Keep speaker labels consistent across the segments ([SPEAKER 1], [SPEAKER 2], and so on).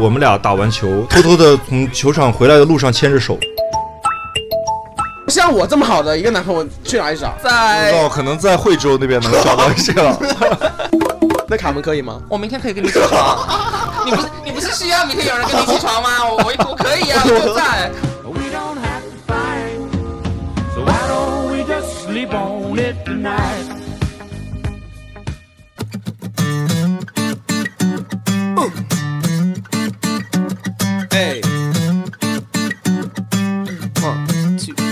[SPEAKER 1] 我们俩打完球，偷偷的从球场回来的路上牵着手。
[SPEAKER 2] 像我这么好的一个男朋友去哪里找？
[SPEAKER 3] 在
[SPEAKER 1] 哦，可能在惠州那边能找到这 个。
[SPEAKER 2] 那卡门可以吗？
[SPEAKER 3] 我明天可以跟你起床。你不是你不是需要明天有人跟你起床 吗？我我我可以啊，我就在。
[SPEAKER 4] We don't have to fight. So why don't we just sleep on it tonight?
[SPEAKER 3] 哎，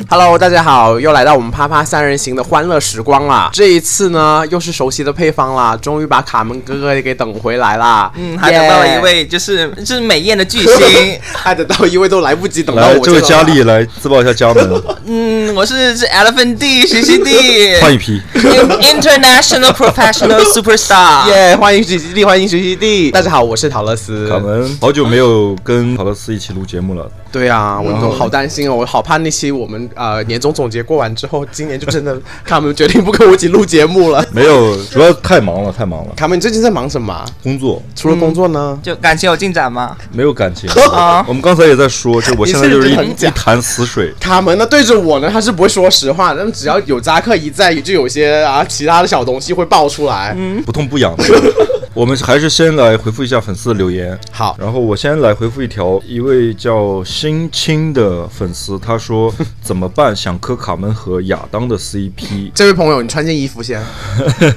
[SPEAKER 2] Hello，大家好，又来到我们啪啪三人行的欢乐时光啦！这一次呢，又是熟悉的配方啦，终于把卡门哥哥也给等回来啦。
[SPEAKER 3] 嗯，还等到了一
[SPEAKER 2] Yeah，
[SPEAKER 3] 位就是就是美艳的巨 星。
[SPEAKER 2] 还等到一位都来不及等到
[SPEAKER 1] 来，
[SPEAKER 2] 我
[SPEAKER 1] 这位佳丽来自报一下家 门，
[SPEAKER 3] 嗯，我是是 Elephant D 学习 D
[SPEAKER 1] 换一批。
[SPEAKER 3] International Professional Superstar。
[SPEAKER 2] 耶欢迎学习地，欢迎学习地。大家好，我是陶乐斯。
[SPEAKER 1] 卡门，好久没有跟陶乐斯一起录节目了，
[SPEAKER 2] 对啊，我
[SPEAKER 1] 然后
[SPEAKER 2] 都好担心哦，我好怕那期我们呃年终总结过完之后，今年就真的卡门决定不跟我一起录节目了。
[SPEAKER 1] 没有，主要太忙了，太忙了，
[SPEAKER 2] 卡门，你最近在忙什么啊？
[SPEAKER 1] 工作
[SPEAKER 2] 除了工作呢？
[SPEAKER 3] 就感情有进展吗？
[SPEAKER 1] 没有感 情
[SPEAKER 3] 啊。
[SPEAKER 1] 我们刚才也在说，就我现在就是一
[SPEAKER 2] 你是不是很假
[SPEAKER 1] 一潭死水。
[SPEAKER 2] 卡门呢对着我呢，他是不会说实话，但只要有扎克一在，就有些啊其他的小东西会爆出来。嗯，
[SPEAKER 1] 不痛不痒的。 我们还是先来回复一下粉丝的留言。
[SPEAKER 2] 好
[SPEAKER 1] 然后我先来回复一条，一位叫新青的粉丝，他 说怎么办？想磕卡门和亚当的 CP。
[SPEAKER 2] 这位朋友，你穿件衣服先。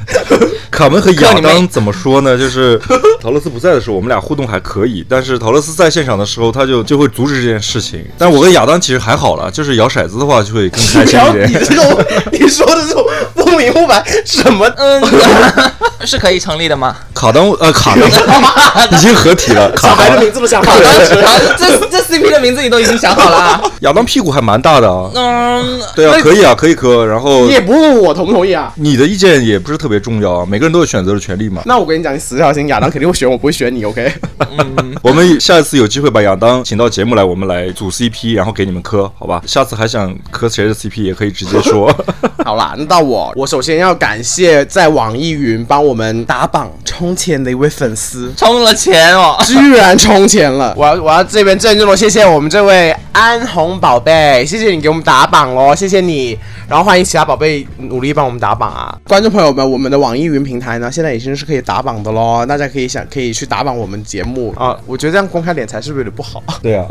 [SPEAKER 1] 卡门和
[SPEAKER 3] 磕
[SPEAKER 1] 亚
[SPEAKER 3] 你妹
[SPEAKER 1] 当怎么说呢？就是 陶乐斯不在的时候，我们俩互动还可以，但是陶乐斯在现场的时候，他就就会阻止这件事情。但我跟亚当其实还好了，就是摇骰子的话就会更开心
[SPEAKER 2] 然后
[SPEAKER 1] 一
[SPEAKER 2] 你
[SPEAKER 1] 点。
[SPEAKER 2] 这种你说的这种不明不白什么？
[SPEAKER 3] 嗯，是可以成立的吗？
[SPEAKER 1] 卡当呃卡 当已经合体 了，
[SPEAKER 2] 小
[SPEAKER 1] 卡
[SPEAKER 2] 白的
[SPEAKER 1] 当
[SPEAKER 2] 名字都想好
[SPEAKER 3] 啊
[SPEAKER 2] 了。
[SPEAKER 3] 啊这这 CP 的名字你都已经想好了啊？
[SPEAKER 1] 亚当屁股还蛮大的啊。
[SPEAKER 3] 嗯，
[SPEAKER 1] 对啊，可以啊，可以磕。然后
[SPEAKER 2] 你也不问问我同不同意啊？
[SPEAKER 1] 你的意见也不是特别重要啊，每个人都有选择的权利嘛。
[SPEAKER 2] 那我跟你讲，你死小心，亚当肯定会选我，不会选你。OK，
[SPEAKER 1] 我们下一次有机会把亚当请到节目来，我们来组 CP，然后给你们磕，好吧？下次还想磕谁的 CP 也可以直接 说。
[SPEAKER 2] 好啦，那到我，我首先要感谢在网易云帮我们打榜充钱的一位粉丝，
[SPEAKER 3] 充了钱哦。
[SPEAKER 2] 居然充钱了！我要我要这边郑重的谢谢我们这位安红宝贝，谢谢你给我们打榜喽，谢谢你。然后欢迎其他宝贝努力帮我们打榜啊！观众朋友们，我们的网易云平台呢，现在已经是可以打榜的喽，大家可以想可以去打榜我们节目啊。我觉得这样公开敛财是不是有点不好？
[SPEAKER 1] 对啊，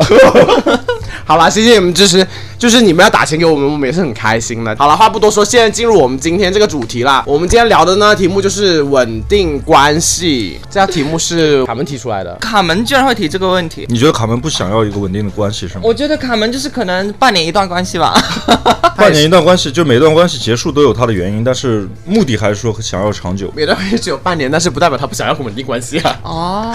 [SPEAKER 2] 好啦，谢谢你们支持，就是你们要打钱给我们，我们也是很开心的。好了，话不多说，现在进入我们今天这个主题啦。我们今天聊的呢，题目就是稳定关系，这道题目是卡门提出来的。
[SPEAKER 3] 卡门居然会提这个问题，
[SPEAKER 1] 你觉得卡门不想要一个稳定的关系是吗？
[SPEAKER 3] 我觉得卡门就是可能半年一段关系吧。
[SPEAKER 1] 半年一段关系，就每段关系结束都有它的原因，但是目的还是说想要长久。
[SPEAKER 2] 每段关系只有半年，但是不代表他不想要稳定关系啊。
[SPEAKER 3] 哦，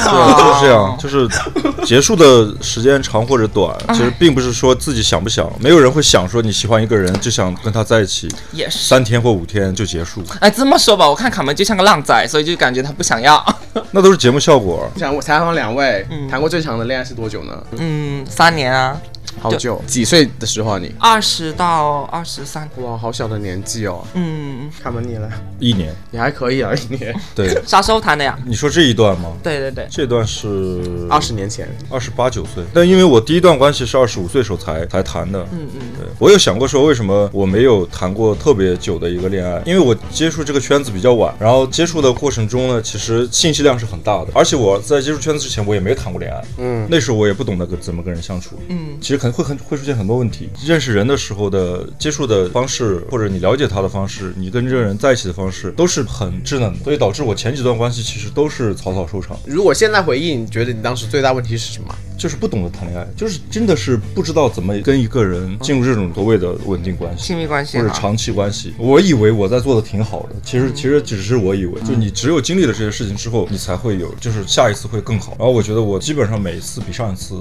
[SPEAKER 1] 对啊，就是这样，就是结束的时间长或者短，其实并不是说自己想不想，没有人会想说你喜欢一个人就想跟他在一起
[SPEAKER 3] 也是。
[SPEAKER 1] 三天或五天就结束，
[SPEAKER 3] 哎，这么说吧，我看卡门就像个浪仔，所以就感觉他不 想要。
[SPEAKER 1] 那都是节目效果。
[SPEAKER 2] 我想我采访两位，谈过最长的恋爱是多久呢？
[SPEAKER 3] 嗯，三年啊，
[SPEAKER 2] 好久，几岁的时候啊你？
[SPEAKER 3] 二十到二十三。
[SPEAKER 2] 哇，好小的年纪哦。
[SPEAKER 3] 嗯，
[SPEAKER 2] 卡门你呢？
[SPEAKER 1] 一年，
[SPEAKER 2] 你还可以啊，一年，
[SPEAKER 1] 对，
[SPEAKER 3] 啥时候谈的呀？
[SPEAKER 1] 你说这一段吗？
[SPEAKER 3] 对对对，
[SPEAKER 1] 这段是
[SPEAKER 2] 二十年前。
[SPEAKER 1] 二十八九岁，但因为我第一段关系是二十五岁时候才才谈的，嗯嗯，对我有想过说为什么我没有谈过特别久的一个恋爱，因为我接触这个圈子比较晚，然后接触的过程中呢，其实信息量是很大的，而且我在接触圈子之前我也没谈过恋爱，嗯，那时候我也不懂得跟怎么跟人相处，嗯，其实可能会很会出现很多问题，认识人的时候的接触的方式，或者你了解他的方式，你跟这个人在一起的方式都是很稚嫩的，所以导致我前几段关系其实都是草草收场。
[SPEAKER 2] 如果现在回忆，你觉得你当时最大问题是什么？
[SPEAKER 1] 就是不懂得谈恋爱，就是真的是不知道怎么跟一个
[SPEAKER 2] 嗯
[SPEAKER 1] 人进入这种所谓的稳定关系
[SPEAKER 3] 亲。密关系
[SPEAKER 2] 啊
[SPEAKER 1] 或者
[SPEAKER 3] 哈。
[SPEAKER 1] 长期关系，我以为我在做的挺好的，其实
[SPEAKER 2] 嗯
[SPEAKER 1] 其实只是我以为，就你只有经历了这些事情之后，你才会有，就是下一次会更好。然后我觉得我基本上每一次比上一次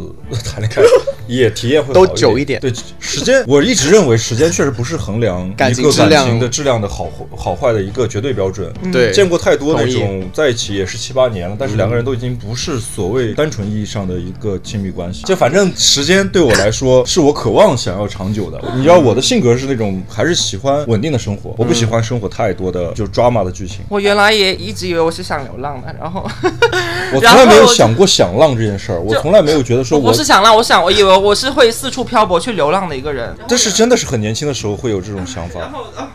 [SPEAKER 1] 谈恋 爱也体验会
[SPEAKER 2] 都
[SPEAKER 1] 好
[SPEAKER 2] 久一
[SPEAKER 1] 点。
[SPEAKER 2] 点
[SPEAKER 1] 对，时间我一直认为时间确实不是衡量
[SPEAKER 2] 感
[SPEAKER 1] 一
[SPEAKER 2] 情
[SPEAKER 1] 个
[SPEAKER 2] 质
[SPEAKER 1] 感
[SPEAKER 2] 量
[SPEAKER 1] 情的质量的好好坏的一个绝对标准。
[SPEAKER 2] 对
[SPEAKER 1] 见过太多那
[SPEAKER 2] 同
[SPEAKER 1] 种在一起也是七八年了，
[SPEAKER 3] 嗯
[SPEAKER 1] 但是两个人都已经不是所谓单纯意义上的一个亲密关
[SPEAKER 3] 嗯
[SPEAKER 1] 系。就反正时间对我来 说是我渴望想要长久的。
[SPEAKER 3] 嗯
[SPEAKER 1] 你知道我的性格是那种还是喜欢稳定的生活，我不喜欢生活太多的就 drama 的剧情。
[SPEAKER 3] 我原来也一直以为我是想流浪的，然后
[SPEAKER 1] 我
[SPEAKER 3] 嗯然
[SPEAKER 1] 从来没有
[SPEAKER 3] 后
[SPEAKER 1] 想过想浪这件事儿，我
[SPEAKER 3] 就
[SPEAKER 1] 从来没有觉得说
[SPEAKER 3] 我
[SPEAKER 1] 我
[SPEAKER 3] 不是想浪，我想我以为我是会四处漂泊去流浪的一 个人。
[SPEAKER 1] 这是真的是很年轻的时候会有这种想法。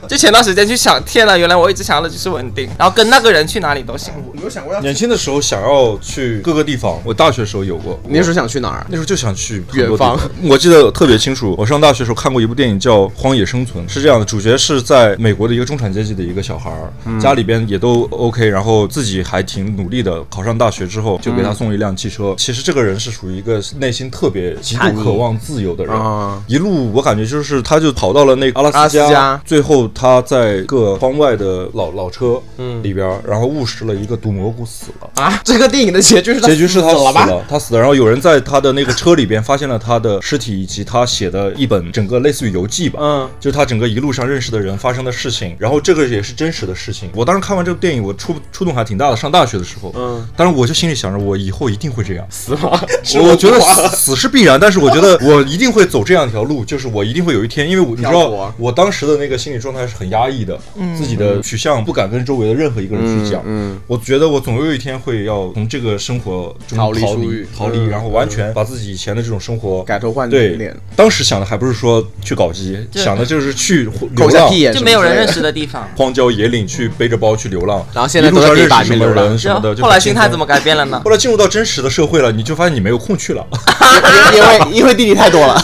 [SPEAKER 3] 就前段时间去想，天呐，原来我一直想要的就是稳定，然后跟那个人去哪里都行。
[SPEAKER 2] 你有想过要？
[SPEAKER 1] 年轻的时候想要去各个地方，我大学时候有过。
[SPEAKER 2] 你那时候想去哪儿？
[SPEAKER 1] 那时候就想去很多地
[SPEAKER 2] 远方。
[SPEAKER 1] 我记得特别清楚，我上大学时候看过一部电影叫《荒野生存》，是这样的，主角是在美国的一个中产阶级的一个小孩儿，家里边也都 OK，然后自己还挺努力的，考上大学之后就给他送了一辆汽车。其实这个人是属于一个内心特别极度
[SPEAKER 2] 叛逆
[SPEAKER 1] 渴望自由的人
[SPEAKER 2] 啊，
[SPEAKER 1] 一路我感觉就是他就跑到了那个阿拉斯
[SPEAKER 2] 阿拉斯加
[SPEAKER 1] 最后他在一个荒外的老老车里边儿，然后误食了一个毒蘑菇死了。
[SPEAKER 2] 啊，这个电影的结局是
[SPEAKER 1] 结局是他
[SPEAKER 2] 死了吧？
[SPEAKER 1] 他死了。然后有人在他的那个车里边发现了他的尸体，以及他写的一本整个类似于游记吧，
[SPEAKER 2] 嗯，
[SPEAKER 1] 就是他整个一路上认识的人发生的事情。然后这个也是真实的事情。我当时看完这部电影，我触触动还挺大的。上大学的时候，
[SPEAKER 2] 嗯，
[SPEAKER 1] 当时我就心里想着，我以后一定会这样。
[SPEAKER 2] 死吗？
[SPEAKER 1] 我我觉得死死是必然，但是我觉得我一定会走这样一条路，就是我一定会有一天，因为我你知
[SPEAKER 2] 漂
[SPEAKER 1] 道
[SPEAKER 2] 泊，
[SPEAKER 1] 我当时的那个心理状态是很压抑的，
[SPEAKER 2] 嗯
[SPEAKER 1] 自己的取向不敢跟周围的任何一个人去讲，我觉得我总有一天会要从这个生活中
[SPEAKER 2] 逃
[SPEAKER 1] 逃
[SPEAKER 2] 离
[SPEAKER 1] 离
[SPEAKER 2] 出狱
[SPEAKER 1] 逃离，
[SPEAKER 2] 嗯
[SPEAKER 1] 然后完全把自己以前的这种生活
[SPEAKER 2] 改头换
[SPEAKER 1] 对
[SPEAKER 2] 脸，
[SPEAKER 1] 当时想的还不是说去搞基，
[SPEAKER 3] 对
[SPEAKER 1] 想的就是去
[SPEAKER 2] 抠
[SPEAKER 1] 流
[SPEAKER 2] 一下
[SPEAKER 1] 浪
[SPEAKER 2] 屁。眼，
[SPEAKER 3] 就没有人认。识的地方。
[SPEAKER 1] 荒郊野岭去背着包去流浪，
[SPEAKER 2] 然后现在
[SPEAKER 1] 一路上
[SPEAKER 2] 都在
[SPEAKER 1] 认识
[SPEAKER 2] 地板
[SPEAKER 1] 什
[SPEAKER 2] 里
[SPEAKER 1] 么
[SPEAKER 2] 流浪
[SPEAKER 1] 人什么的，就
[SPEAKER 3] 后来
[SPEAKER 1] 很轻
[SPEAKER 3] 心态
[SPEAKER 1] 松
[SPEAKER 3] 怎么？改变了呢？
[SPEAKER 1] 后来进入到真实的社会了，你就发现你没有空去了。
[SPEAKER 2] 因为因为弟弟太多 了，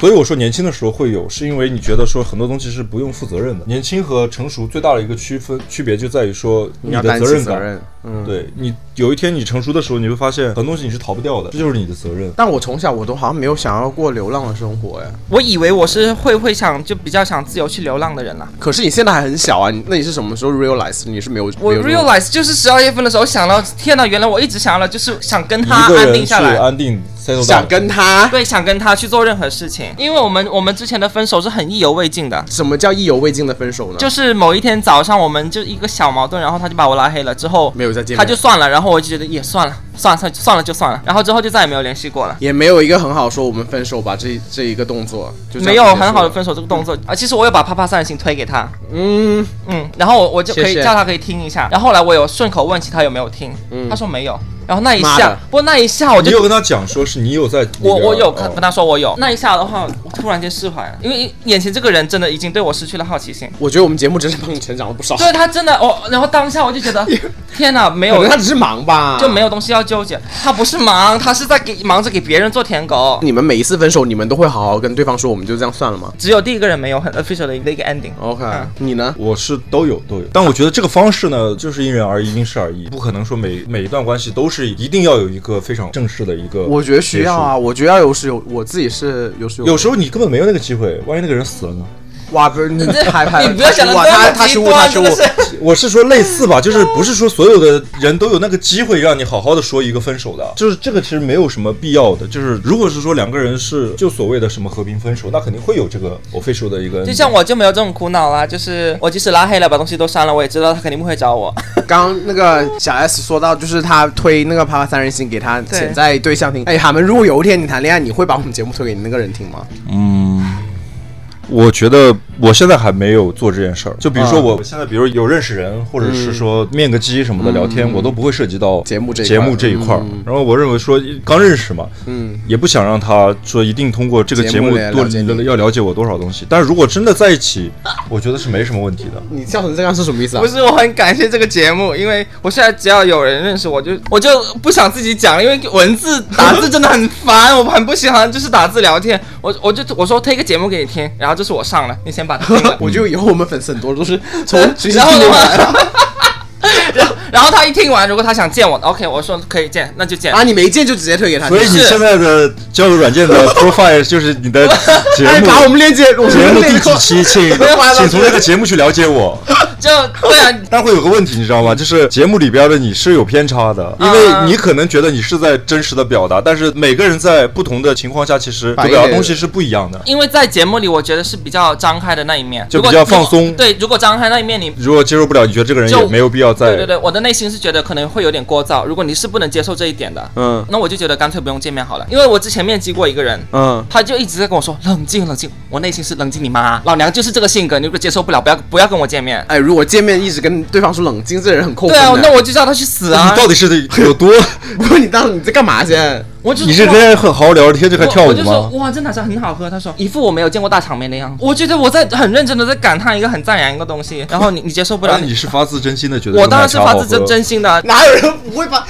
[SPEAKER 1] 所以我说年轻的时候会有，是因为你觉得说很多东西是不用负责任的。年轻和成熟最大的一个区分区别就在于说你的责任感。
[SPEAKER 2] 任。嗯，
[SPEAKER 1] 对你有一天你成熟的时候，你会发现很多东西你是逃不掉的，这就是你的责任。
[SPEAKER 2] 但我从小我都好像没有想要过流浪的生活哎。
[SPEAKER 3] 我以为我是会会想就比较想自由去流浪的人啦。
[SPEAKER 2] 可是你现在还很小啊，你那你是什么时候 realize 你是没有
[SPEAKER 3] 我
[SPEAKER 2] 没有这种
[SPEAKER 3] realize 就是十二月份的时候想到，天呐，原来我一直想要的就是想跟他
[SPEAKER 1] 一个
[SPEAKER 3] 安
[SPEAKER 1] 人
[SPEAKER 3] 定
[SPEAKER 1] 去
[SPEAKER 3] 下
[SPEAKER 2] 啊
[SPEAKER 3] 来。
[SPEAKER 1] 安定 settle
[SPEAKER 2] 想
[SPEAKER 1] down，
[SPEAKER 2] 跟他？
[SPEAKER 3] 对，想跟他去做任何事情，因为我们我们之前的分手是很意犹未尽的，
[SPEAKER 2] 什么叫意犹未尽的分手呢？
[SPEAKER 3] 就是某一天早上我们就一个小矛盾，然后他就把我拉黑了，之后
[SPEAKER 2] 没有再见面
[SPEAKER 3] 他就算了，然后我就觉得也算了，算了算了算了就算了，然后之后就再也没有联系过了。
[SPEAKER 2] 也没有一个很好说我们分手吧，这这一个动作就这样
[SPEAKER 3] 没有
[SPEAKER 2] 结束了
[SPEAKER 3] 很好的分手这个动作啊，其实我有把啪啪三人行推给他，
[SPEAKER 2] 嗯，
[SPEAKER 3] 嗯，然后我我就可以
[SPEAKER 2] 谢谢
[SPEAKER 3] 叫他可以听一下，然后后来我有顺口问起他有没有听，他说没有，然后那一
[SPEAKER 2] 嗯妈
[SPEAKER 3] 下
[SPEAKER 2] 的，
[SPEAKER 3] 不过那一下我
[SPEAKER 1] 你有
[SPEAKER 3] 就
[SPEAKER 1] 跟他讲说是你有在里边，
[SPEAKER 3] 我我有
[SPEAKER 1] 哦
[SPEAKER 3] 跟跟他说我有，那一下的话，我突然间释怀了，因为眼前这个人真的已经对我失去了好奇心，
[SPEAKER 2] 我觉得我们节目真是帮你 成长了不少。
[SPEAKER 3] 对他真的我，然后当下我就 觉得天哪，没
[SPEAKER 2] 可
[SPEAKER 3] 有
[SPEAKER 2] 能他只是忙吧，
[SPEAKER 3] 就没有东西要纠结，他不是忙，他是在给忙着给别人做舔狗。
[SPEAKER 2] 你们每一次分手，你们都会好好跟对方说，我们就这样算了吗
[SPEAKER 3] 只有第一个人没有很 official 的一个 ending。
[SPEAKER 2] ？OK，、
[SPEAKER 3] 嗯
[SPEAKER 2] 你呢？
[SPEAKER 1] 我是都有都有，但我觉得这个方式呢，就是因人而异，因事而异，不可能说每每一段关系都是一定要有一个非常正式的一个。
[SPEAKER 2] 我觉得需要啊，，我觉得要有始有，我自己是有始有
[SPEAKER 1] 有时候你根本没有那个机会，万一那个人死了呢？
[SPEAKER 2] 哇不是你拍拍，
[SPEAKER 3] 你不要想的
[SPEAKER 2] 哇他他失
[SPEAKER 3] 这
[SPEAKER 2] 误
[SPEAKER 3] 么
[SPEAKER 2] 他失
[SPEAKER 3] 极端，真
[SPEAKER 2] 误
[SPEAKER 3] 的，是。
[SPEAKER 1] 我是说类似吧，就是不是说所有的人都有那个机会让你好好的说一个分手的，就是这个其实没有什么必要的。就是如果是说两个人是就所谓的什么和平分手，那肯定会有这个 official 的一个。
[SPEAKER 3] 就像，我就没有这种苦恼啦，就是我即使拉黑了，把东西都删了，我也知道他肯定不会找 我。
[SPEAKER 2] 刚刚那个小 S 说到，就是他推那个啪啪三人行给他
[SPEAKER 3] 对
[SPEAKER 2] 潜在对象听。哎，他们如果有一天你谈恋爱，你会把我们节目推给你那个人听吗？
[SPEAKER 1] 我觉得我现在还没有做这件事儿。就比如说
[SPEAKER 2] 嗯
[SPEAKER 1] 我现在，比如有认识人，或者是说面个基什么的聊天，我都不会涉及到
[SPEAKER 2] 嗯节目这一块
[SPEAKER 1] 节目这一块儿。然后我认为说刚认识嘛，
[SPEAKER 2] 嗯，
[SPEAKER 1] 也不想让他说一定通过这个
[SPEAKER 2] 节
[SPEAKER 1] 节
[SPEAKER 2] 目
[SPEAKER 1] 目
[SPEAKER 2] 来
[SPEAKER 1] 多
[SPEAKER 2] 了解你
[SPEAKER 1] 要了解我多少东西。但是如果真的在一起，我觉得是没什么问题的。
[SPEAKER 2] 你笑成这样是什么意思啊。
[SPEAKER 3] 不？是，我很感谢这个节目，因为我现在只要有人认识我就，我就不想自己讲，因为文字打字真的很烦，我很不喜欢就是打字聊天。我我就我说推个节目给你听，然后就是我上了，你先把 它听了
[SPEAKER 2] 我觉得以后我们粉丝很多都是从学习
[SPEAKER 3] 然后
[SPEAKER 2] 听
[SPEAKER 3] 的话
[SPEAKER 2] 来的。
[SPEAKER 3] 然后然后他一听完，如果他想见我，OK，我说可以见，那就见。
[SPEAKER 2] 啊，你没见就直接推给他。
[SPEAKER 1] 所以你
[SPEAKER 3] 是
[SPEAKER 1] 现在的交友软件 的 profile 就是你的节
[SPEAKER 2] 哎，
[SPEAKER 1] 目
[SPEAKER 2] 把我们链接，我
[SPEAKER 1] 节
[SPEAKER 2] 们
[SPEAKER 1] 目
[SPEAKER 2] 链
[SPEAKER 1] 第
[SPEAKER 2] 接
[SPEAKER 1] 几期，请
[SPEAKER 2] 有玩了
[SPEAKER 1] 请从这个节目去了解我。
[SPEAKER 3] 就对啊，
[SPEAKER 1] 但会有个问题，你知道吗？就是节目里边的你是有偏差
[SPEAKER 3] 啊
[SPEAKER 1] 的，因为你可能觉得你是在真实的表达，但是每个人在不同的情况下，其实
[SPEAKER 2] 反应
[SPEAKER 1] 表达东西是不一样的。
[SPEAKER 3] 因为在节目里，我觉得是比较张开的那一面，
[SPEAKER 1] 就
[SPEAKER 3] 如果
[SPEAKER 1] 比较放松
[SPEAKER 3] 如果对，如果张开那一面你，
[SPEAKER 1] 如果接受不了，你觉得这个人
[SPEAKER 3] 就
[SPEAKER 1] 也没有必要再
[SPEAKER 3] 对对对，我的内心是觉得可能会有点聒噪，如果你是不能接受这一点的，
[SPEAKER 2] 嗯
[SPEAKER 3] 那我就觉得干脆不用见面好了，因为我之前面基过一个人。
[SPEAKER 2] 嗯，
[SPEAKER 3] 他就一直在跟我说冷静冷静，我内心是冷静你妈，老娘就是这个性格，你如果接受不了，不要不要跟我见面。
[SPEAKER 2] 哎，如果见面一直跟对方说冷静，这人很扣分
[SPEAKER 3] 对
[SPEAKER 2] 的。
[SPEAKER 3] 啊，那我就叫他去死啊
[SPEAKER 1] 你！到底是有多？
[SPEAKER 2] 不是你当时你在干嘛先？
[SPEAKER 3] 我 就
[SPEAKER 1] 你是
[SPEAKER 3] 哇
[SPEAKER 1] 跟人很好好聊天就开始跳
[SPEAKER 3] 我
[SPEAKER 1] 舞
[SPEAKER 3] 我就说
[SPEAKER 1] 吗？
[SPEAKER 3] 哇，这奶茶很好喝。他说一副我没有见过大场面的样子。我觉得我在很认真的在感叹一个很赞扬一个 东西，然后你你接受不
[SPEAKER 1] 那
[SPEAKER 3] 了，
[SPEAKER 1] 你是发自真心的觉得
[SPEAKER 3] 我
[SPEAKER 1] 这个
[SPEAKER 3] 当
[SPEAKER 1] 奶
[SPEAKER 3] 然是
[SPEAKER 1] 茶好喝？
[SPEAKER 3] 发自真真心的啊。
[SPEAKER 2] 哪有人不会把？。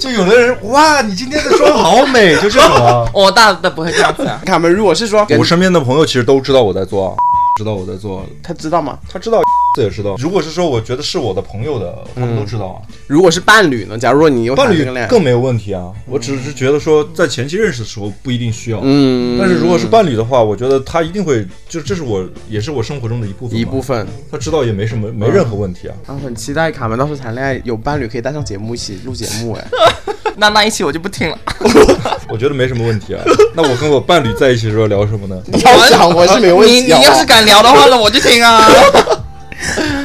[SPEAKER 1] 就有的人哇，你今天的妆好美，就这种啊。
[SPEAKER 3] 我大的不会这样子啊
[SPEAKER 2] 卡门，如果是说
[SPEAKER 1] 我身边的朋友其实都知道我在做，啊知道我在做，
[SPEAKER 2] 他知道吗？
[SPEAKER 1] 他知道，也知道。如果是说我觉得是我的朋友的，他们都知道啊。
[SPEAKER 2] 如果是伴侣呢？假如说嗯你又
[SPEAKER 1] 伴
[SPEAKER 2] 谈
[SPEAKER 1] 侣
[SPEAKER 2] 这个恋爱
[SPEAKER 1] 更没有问题啊。我只是觉得说，在前期认识的时候不一定需要，
[SPEAKER 2] 嗯，
[SPEAKER 1] 但是如果是伴侣的话，我觉得他一定会，就这是我也是我生活中的一部分嘛，
[SPEAKER 2] 一部分。
[SPEAKER 1] 他知道也没什么，没任何问题啊。
[SPEAKER 2] 啊，很期待卡门到时候谈恋爱有伴侣可以带上节目一起录节目 哎。
[SPEAKER 3] 那那一期我就不听了。
[SPEAKER 2] 嗯
[SPEAKER 1] 我觉得没什么问题啊。那我跟我伴侣在一起的时候聊什么呢？
[SPEAKER 2] 你要讲我是没问
[SPEAKER 3] 你
[SPEAKER 2] 题
[SPEAKER 3] 你
[SPEAKER 2] 好不好
[SPEAKER 3] 要是敢聊的话，那我就听啊。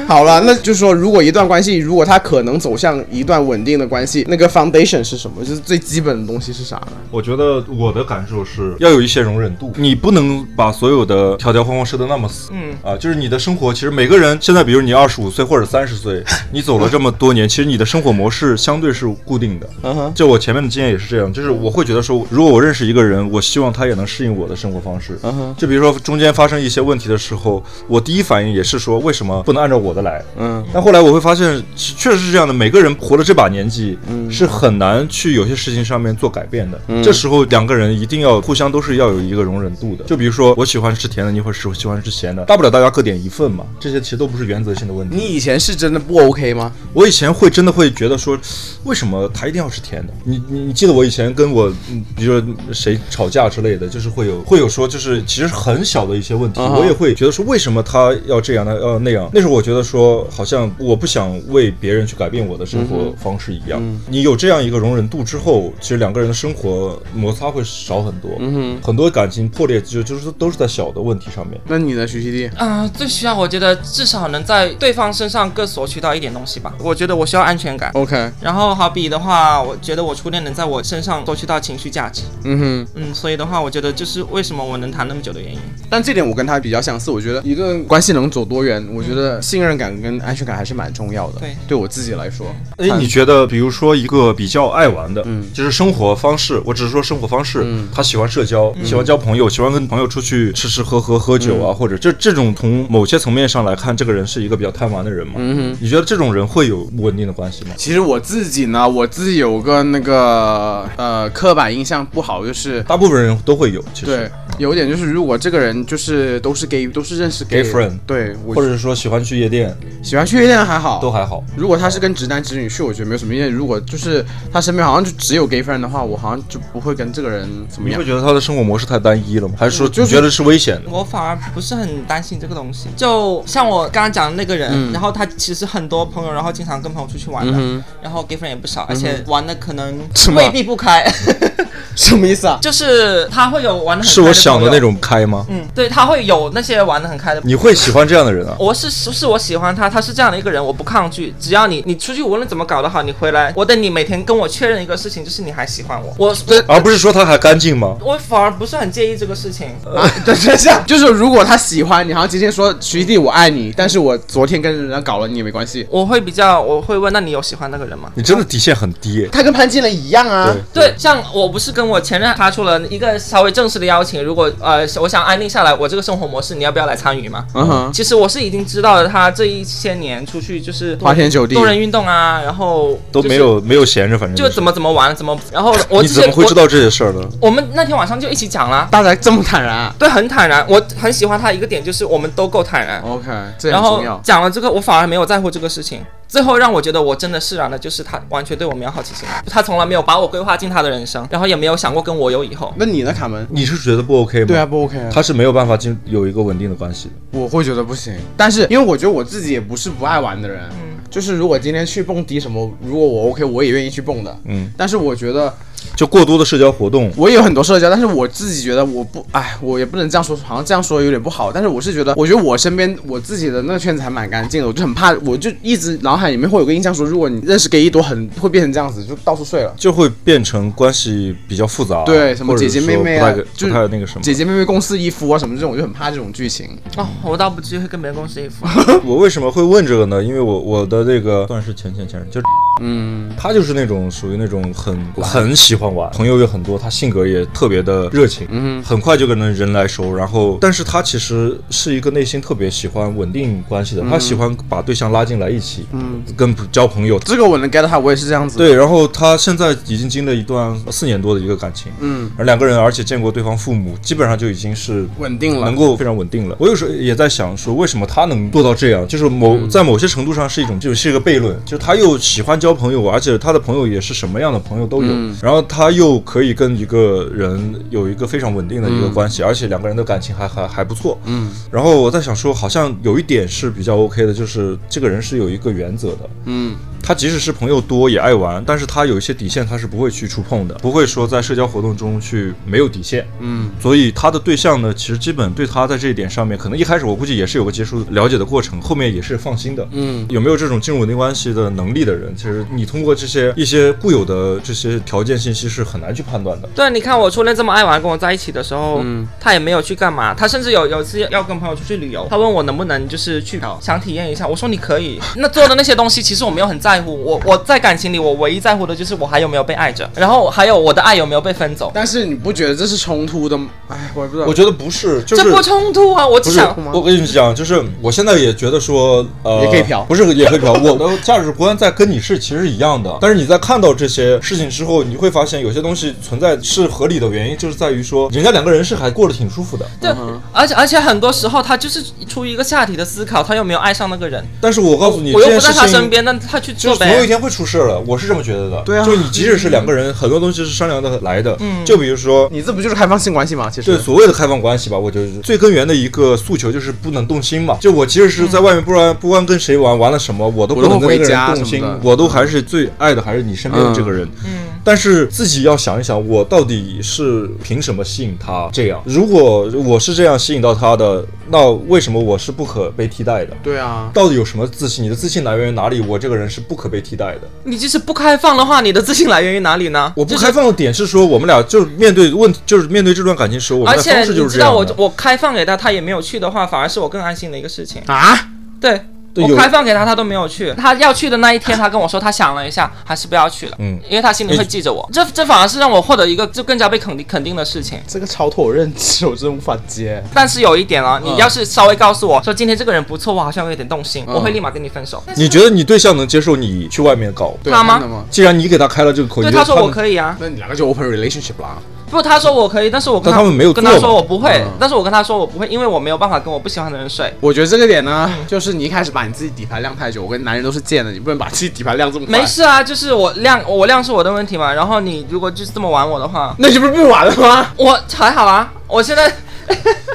[SPEAKER 2] 好了，那就是说，如果一段关系，如果它可能走向一段稳定的关系，那个 foundation 是什么？就是最基本的东西是啥呢？
[SPEAKER 1] 我觉得我的感受是要有一些容忍度，你不能把所有的条条框框设得那么死。
[SPEAKER 3] 嗯
[SPEAKER 1] 啊，就是你的生活，其实每个人现在，比如你二十五岁或者三十岁，你走了这么多年，其实你的生活模式相对是固定的。
[SPEAKER 2] 嗯哼，嗯
[SPEAKER 1] 就我前面的经验也是这样，就是我会觉得说，如果我认识一个人，我希望他也能适应我的生活方式。
[SPEAKER 2] 嗯哼
[SPEAKER 1] 就比如说中间发生一些问题的时候，我第一反应也是说，为什么不能按照我的来？
[SPEAKER 2] 嗯，
[SPEAKER 1] 但后来我会发现，是确实是这样的。每个人活了这把年纪，嗯，是很难去有些事情上面做改变的。
[SPEAKER 2] 嗯
[SPEAKER 1] 这时候两个人一定要互相都是要有一个容忍度的。就比如说，我喜欢吃甜的，你会喜喜欢吃咸的，大不了大家各点一份嘛。这些其实都不是原则性的问
[SPEAKER 2] 你
[SPEAKER 1] 题。
[SPEAKER 2] 以前是真的不 OK 吗？
[SPEAKER 1] 我以前会真的会觉得说，为什么他一定要吃甜的？你你你记得我以前跟我，嗯比如说谁吵架之类的，就是会有会有说，就是其实很小的一些问题，
[SPEAKER 2] 嗯哼
[SPEAKER 1] 我也会觉得说，为什么他要这样呢？要那样？那时候我觉得说，好像我不想为别人去改变我的生活方式一样。你有这样一个容忍度之后，其实两个人的生活摩擦会少很多，嗯、很多感情破裂就就是都是在小的问题上面。
[SPEAKER 2] 那你呢，徐熙娣？
[SPEAKER 3] 啊、最需要我觉得至少能在对方身上各索取到一点东西吧。我觉得我需要安全感。
[SPEAKER 2] OK，
[SPEAKER 3] 然后好比的话，我觉得我初恋能在我身上索取到情绪价值，
[SPEAKER 2] 嗯哼，
[SPEAKER 3] 嗯，所以的话，我觉得就是为什么我能谈那么久的原因。
[SPEAKER 2] 但这点我跟他比较相似，我觉得一段关系能走多远，我觉得信任感跟安全感还是蛮重要的。
[SPEAKER 3] 对
[SPEAKER 2] 对我自己来说，
[SPEAKER 1] 哎，你觉得，比如说一个比较爱玩的，就是生活方式，我只是说生活方式，他喜欢社交，喜欢交朋友，喜欢跟朋友出去吃吃喝喝、喝酒啊，或者这这种从某些层面上来看，这个人是一个比较贪玩的人嘛？你觉得这种人会有稳定的关系吗？
[SPEAKER 2] 其实我自己呢，我自己有个那个呃刻板印象不好，就是
[SPEAKER 1] 大部分人都会有，其
[SPEAKER 2] 对
[SPEAKER 1] 实，，
[SPEAKER 2] 有一点就是如果这个人就是都是 gay，都是认识
[SPEAKER 1] Gay
[SPEAKER 2] gay
[SPEAKER 1] friend
[SPEAKER 2] 对，我
[SPEAKER 1] 或者是说喜欢去夜店
[SPEAKER 2] 喜欢去夜店还好，
[SPEAKER 1] 都还好。
[SPEAKER 2] 如果他是跟直男直女去，我觉得没有什么意见。如果就是他身边好像就只有 gay friend 的话，我好像就不会跟这个人怎么
[SPEAKER 1] 你
[SPEAKER 2] 样
[SPEAKER 1] 会。 觉得他的生活模式太单一了吗？还是说
[SPEAKER 2] 我就是
[SPEAKER 1] 你觉得是危险的？
[SPEAKER 3] 我反而不是很担心这个东西。就像我刚刚讲的那个人，
[SPEAKER 2] 嗯
[SPEAKER 3] 然后他其实很多朋友，然后经常跟朋友出去玩的，然后 gay friend 也不少，而且玩的可能
[SPEAKER 2] 嗯什么
[SPEAKER 3] 未必不开，
[SPEAKER 2] 什么意思啊？
[SPEAKER 3] 就是他会有玩的很开
[SPEAKER 1] 是我想的
[SPEAKER 3] 的
[SPEAKER 1] 那
[SPEAKER 3] 朋友，
[SPEAKER 1] 种开吗？
[SPEAKER 3] 嗯，对他会有那些玩的很开的。
[SPEAKER 1] 你会喜欢这样的人啊？
[SPEAKER 3] 我是是是我喜欢他，他是这样的一个人，我不抗拒。只要你你出去无论怎么搞得好，你回来，我等你每天跟我确认一个事情，就是你还喜欢我。我
[SPEAKER 1] 而不是说他还干净吗？
[SPEAKER 3] 我反而不是很介意这个事情。呃
[SPEAKER 2] 等一下， 就是如果他喜欢你，好像今天说徐弟我爱你，但是我昨天跟人家搞了你也没关系。
[SPEAKER 3] 我会比较，我会问，那你有喜欢那个人吗？
[SPEAKER 1] 你真的底线很低耶。
[SPEAKER 2] 他跟潘金莲一样啊
[SPEAKER 1] 对，
[SPEAKER 3] 对，像我不是跟我前任发出了一个稍微正式的邀请，如果呃我想安定下来，我这个生活模式你要不要来参与嘛？
[SPEAKER 2] 嗯哼，
[SPEAKER 3] 其实我是已经知道了，他这一些年出去就是
[SPEAKER 2] 花天酒地
[SPEAKER 3] 多人运动啊，然后
[SPEAKER 1] 都
[SPEAKER 3] 就是
[SPEAKER 1] 没有没有闲着，反正
[SPEAKER 3] 就是怎么怎么玩，怎么然后我
[SPEAKER 1] 你
[SPEAKER 3] 之
[SPEAKER 1] 怎
[SPEAKER 3] 前
[SPEAKER 1] 么会
[SPEAKER 3] 我
[SPEAKER 1] 知道这些事儿呢？
[SPEAKER 3] 我们那天晚上就一起讲啦，
[SPEAKER 2] 大家这么坦然啊
[SPEAKER 3] 对，很坦然。我很喜欢他一个点就是我们都够坦然。
[SPEAKER 2] ？OK，这哦
[SPEAKER 3] 然
[SPEAKER 2] 很
[SPEAKER 3] 后
[SPEAKER 2] 重要。
[SPEAKER 3] 讲了这个，我反而没有在乎这个事情。最后让我觉得我真的释然的，就是他完全对我没有好奇心，他从来没有把我规划进他的人生，然后也没有想过跟我有以后。
[SPEAKER 2] 那你呢，卡门？
[SPEAKER 1] 你是觉得不 OK 吗？
[SPEAKER 2] 对啊，，不 OK 啊。
[SPEAKER 1] 他是没有办法进有一个稳定的关系的。
[SPEAKER 2] 我会觉得不行，但是因为我觉得我自己也不是不爱玩的人，就是如果今天去蹦迪什么，如果我 OK，我也愿意去蹦的，
[SPEAKER 1] 嗯，
[SPEAKER 2] 但是我觉得
[SPEAKER 1] 就过多的社交活动，
[SPEAKER 2] 我也有很多社交，但是我自己觉得我不，哎，我也不能这样说，好像这样说有点不好。但是我是觉得，我觉得我身边我自己的那个圈子还蛮干净的，我就很怕，我就一直脑海里面会有个印象说，如果你认识 gay 一多，很会变成这样子，就到处睡了。
[SPEAKER 1] 就会变成关系比较复杂，
[SPEAKER 2] 对，什么
[SPEAKER 1] 哦或者
[SPEAKER 2] 姐
[SPEAKER 1] 是
[SPEAKER 2] 姐妹妹
[SPEAKER 1] 说
[SPEAKER 2] 啊
[SPEAKER 1] 不太，
[SPEAKER 2] 就
[SPEAKER 1] 不太那个什么。
[SPEAKER 2] 姐姐妹妹共侍一夫啊什么这种，我就很怕这种剧情。
[SPEAKER 3] 哦，我倒不至于会跟别人共事一夫。
[SPEAKER 1] 我为什么会问这个呢？因为我我的那个算是前前前任，就
[SPEAKER 2] 嗯，
[SPEAKER 1] 他就是那种属于那种很很喜欢玩，朋友也很多，他性格也特别的热情，嗯，很快就跟人人来熟。然后，但是他其实是一个内心特别喜欢稳定关系的，他喜欢把对象拉进来一起，嗯，跟交朋友。
[SPEAKER 2] 这个我能 get 到他，我也是这样子。，
[SPEAKER 1] 对，然后他现在已经经历了一段四年多的一个感情，
[SPEAKER 2] 嗯，
[SPEAKER 1] 而两个人而且见过对方父母，基本上就已经是
[SPEAKER 2] 稳定了
[SPEAKER 1] 能。够非常稳定了。我有时候也在想，说为什么他能做到这样？就是某在某些程度上是一种，就是一个悖论，就是他又喜欢交朋友，而且他的朋友也是什么样的朋友都有，
[SPEAKER 2] 嗯
[SPEAKER 1] 然后他又可以跟一个人有一个非常稳定的
[SPEAKER 2] 嗯
[SPEAKER 1] 一个关系，而且两个人的感情还还还不错。嗯，然后我在想说，好像有一点是比较 OK 的，就是这个人是有一个原则的，
[SPEAKER 2] 嗯，
[SPEAKER 1] 他即使是朋友多也爱玩，但是他有一些底线他是不会去触碰的，不会说在社交活动中去没有底线。嗯，所以他的对象呢，其实基本对他在这一点上面，可能一开始我估计也是有个接触了解的过程，后面也是放心的。嗯，有没有这种进入稳定关系的能力的人，其实你通过这些一些固有的这些条件信息是很难去判断的。
[SPEAKER 3] 对，你看我初恋这么爱玩，跟我在一起的时候，
[SPEAKER 1] 嗯
[SPEAKER 3] 他也没有去干嘛，他甚至有有一次要跟朋友出去旅游，他问我能不能就是去想体验一下，我说你可以。那做的那些东西，其实我没有很在乎，我我在感情里我唯一在乎的就是我还有没有被爱着，然后还有我的爱有没有被分走，
[SPEAKER 2] 但是你不觉得这是冲突的吗？哎，我也不知道。
[SPEAKER 1] 我觉得不是，就是
[SPEAKER 3] 这不冲突啊，我
[SPEAKER 1] 不
[SPEAKER 3] 只
[SPEAKER 1] 是
[SPEAKER 3] 想。，
[SPEAKER 1] 我跟你讲，就是我现在也觉得说，呃，
[SPEAKER 2] 也可以嫖
[SPEAKER 1] 不是也可以嫖。我的价值观在跟你是其实一样的，但是你在看到这些事情之后，你会发现有些东西存在是合理的原因，就是在于说，人家两个人是还过得挺舒服的。
[SPEAKER 3] 对，而且而且很多时候他就是出于一个下体的思考，他又没有爱上那个人，
[SPEAKER 1] 但是我告诉你，
[SPEAKER 3] 我又
[SPEAKER 1] 这件
[SPEAKER 3] 不在
[SPEAKER 1] 事
[SPEAKER 3] 他
[SPEAKER 1] 情
[SPEAKER 3] 身边，那他去
[SPEAKER 1] 就
[SPEAKER 3] 做
[SPEAKER 1] 是总有一
[SPEAKER 3] 呗。
[SPEAKER 1] 天会出事儿的，我是这么觉得的。
[SPEAKER 2] 对啊
[SPEAKER 1] 就是你即使是两个人，很多东西是商量的来的。嗯，就比如说。
[SPEAKER 2] 你这不就是开放性关系吗？其实
[SPEAKER 1] 对所谓的开放关系吧，我觉得是最根源的一个诉求就是不能动心嘛。就我即使是在外面，不然不管跟谁玩，玩了什么，我都不能跟那个
[SPEAKER 2] 我都回家
[SPEAKER 1] 人动心
[SPEAKER 2] 什么的，
[SPEAKER 1] 我都还是最爱的还是你身边的这个人。嗯，但是自己要想一想，我到底是凭什么吸引他这样？如果我是这样吸引到他的，那为什么我是不可被替代的？
[SPEAKER 2] 对啊，
[SPEAKER 1] 到底有什么自信？你的自信来源于哪里？我这个人是不可被替代的。
[SPEAKER 3] 你就是不开放的话，你的自信来源于哪里呢？
[SPEAKER 1] 我不
[SPEAKER 3] 就是
[SPEAKER 1] 开放的点是说，我们俩就是面对问，就是面对这段感情时，我们
[SPEAKER 3] 而
[SPEAKER 1] 的
[SPEAKER 3] 且
[SPEAKER 1] 方式
[SPEAKER 3] 你
[SPEAKER 1] 就是
[SPEAKER 3] 知
[SPEAKER 1] 这样
[SPEAKER 3] 道
[SPEAKER 1] 的。
[SPEAKER 3] 我我开放给他，他也没有去的话，反而是我更安心的一个事情。
[SPEAKER 2] 啊，
[SPEAKER 3] 对。
[SPEAKER 1] 对
[SPEAKER 3] 我
[SPEAKER 1] 有
[SPEAKER 3] 开放给他，他都没有去。他要去的那一天，他跟我说他想了一下，还是不要去了。
[SPEAKER 1] 嗯
[SPEAKER 3] 因为他心里会记着我。这这反而是让我获得一个就更加被肯定肯定的事情。
[SPEAKER 2] 这个超脱我认知，我真无法接。
[SPEAKER 3] 但是有一点
[SPEAKER 1] 嗯
[SPEAKER 3] 啊，你要是稍微告诉我说今天这个人不错，我好像有点动
[SPEAKER 1] 嗯
[SPEAKER 3] 心，我会立马跟你分手。
[SPEAKER 1] 你觉得你对象能接受你去外面搞？
[SPEAKER 2] 对
[SPEAKER 3] 他吗
[SPEAKER 2] 真的吗？
[SPEAKER 1] 既然你给他开了这个口，你
[SPEAKER 3] 对，
[SPEAKER 1] 觉得
[SPEAKER 3] 他说
[SPEAKER 1] 们
[SPEAKER 3] 我可以啊。
[SPEAKER 2] 那你两个就 open relationship 啊啦。
[SPEAKER 3] 不，他说我可以，但是我跟
[SPEAKER 1] 但他们没有
[SPEAKER 3] 跟
[SPEAKER 1] 做
[SPEAKER 3] 他
[SPEAKER 1] 嘛
[SPEAKER 3] 说我不会
[SPEAKER 2] 嗯，
[SPEAKER 3] 但是我跟他说我不会，因为我没有办法跟我不喜欢的人睡。
[SPEAKER 2] 我觉得这个点呢，就是你一开始把你自己底牌晾太久，我跟男人都是贱的，你不能把自己底牌晾这么快
[SPEAKER 3] 没，事啊，就是我量我量是我的问题嘛。然后你如果就是这么玩我的话，
[SPEAKER 2] 那你不是被玩了吗？
[SPEAKER 3] 我还好啊，我现在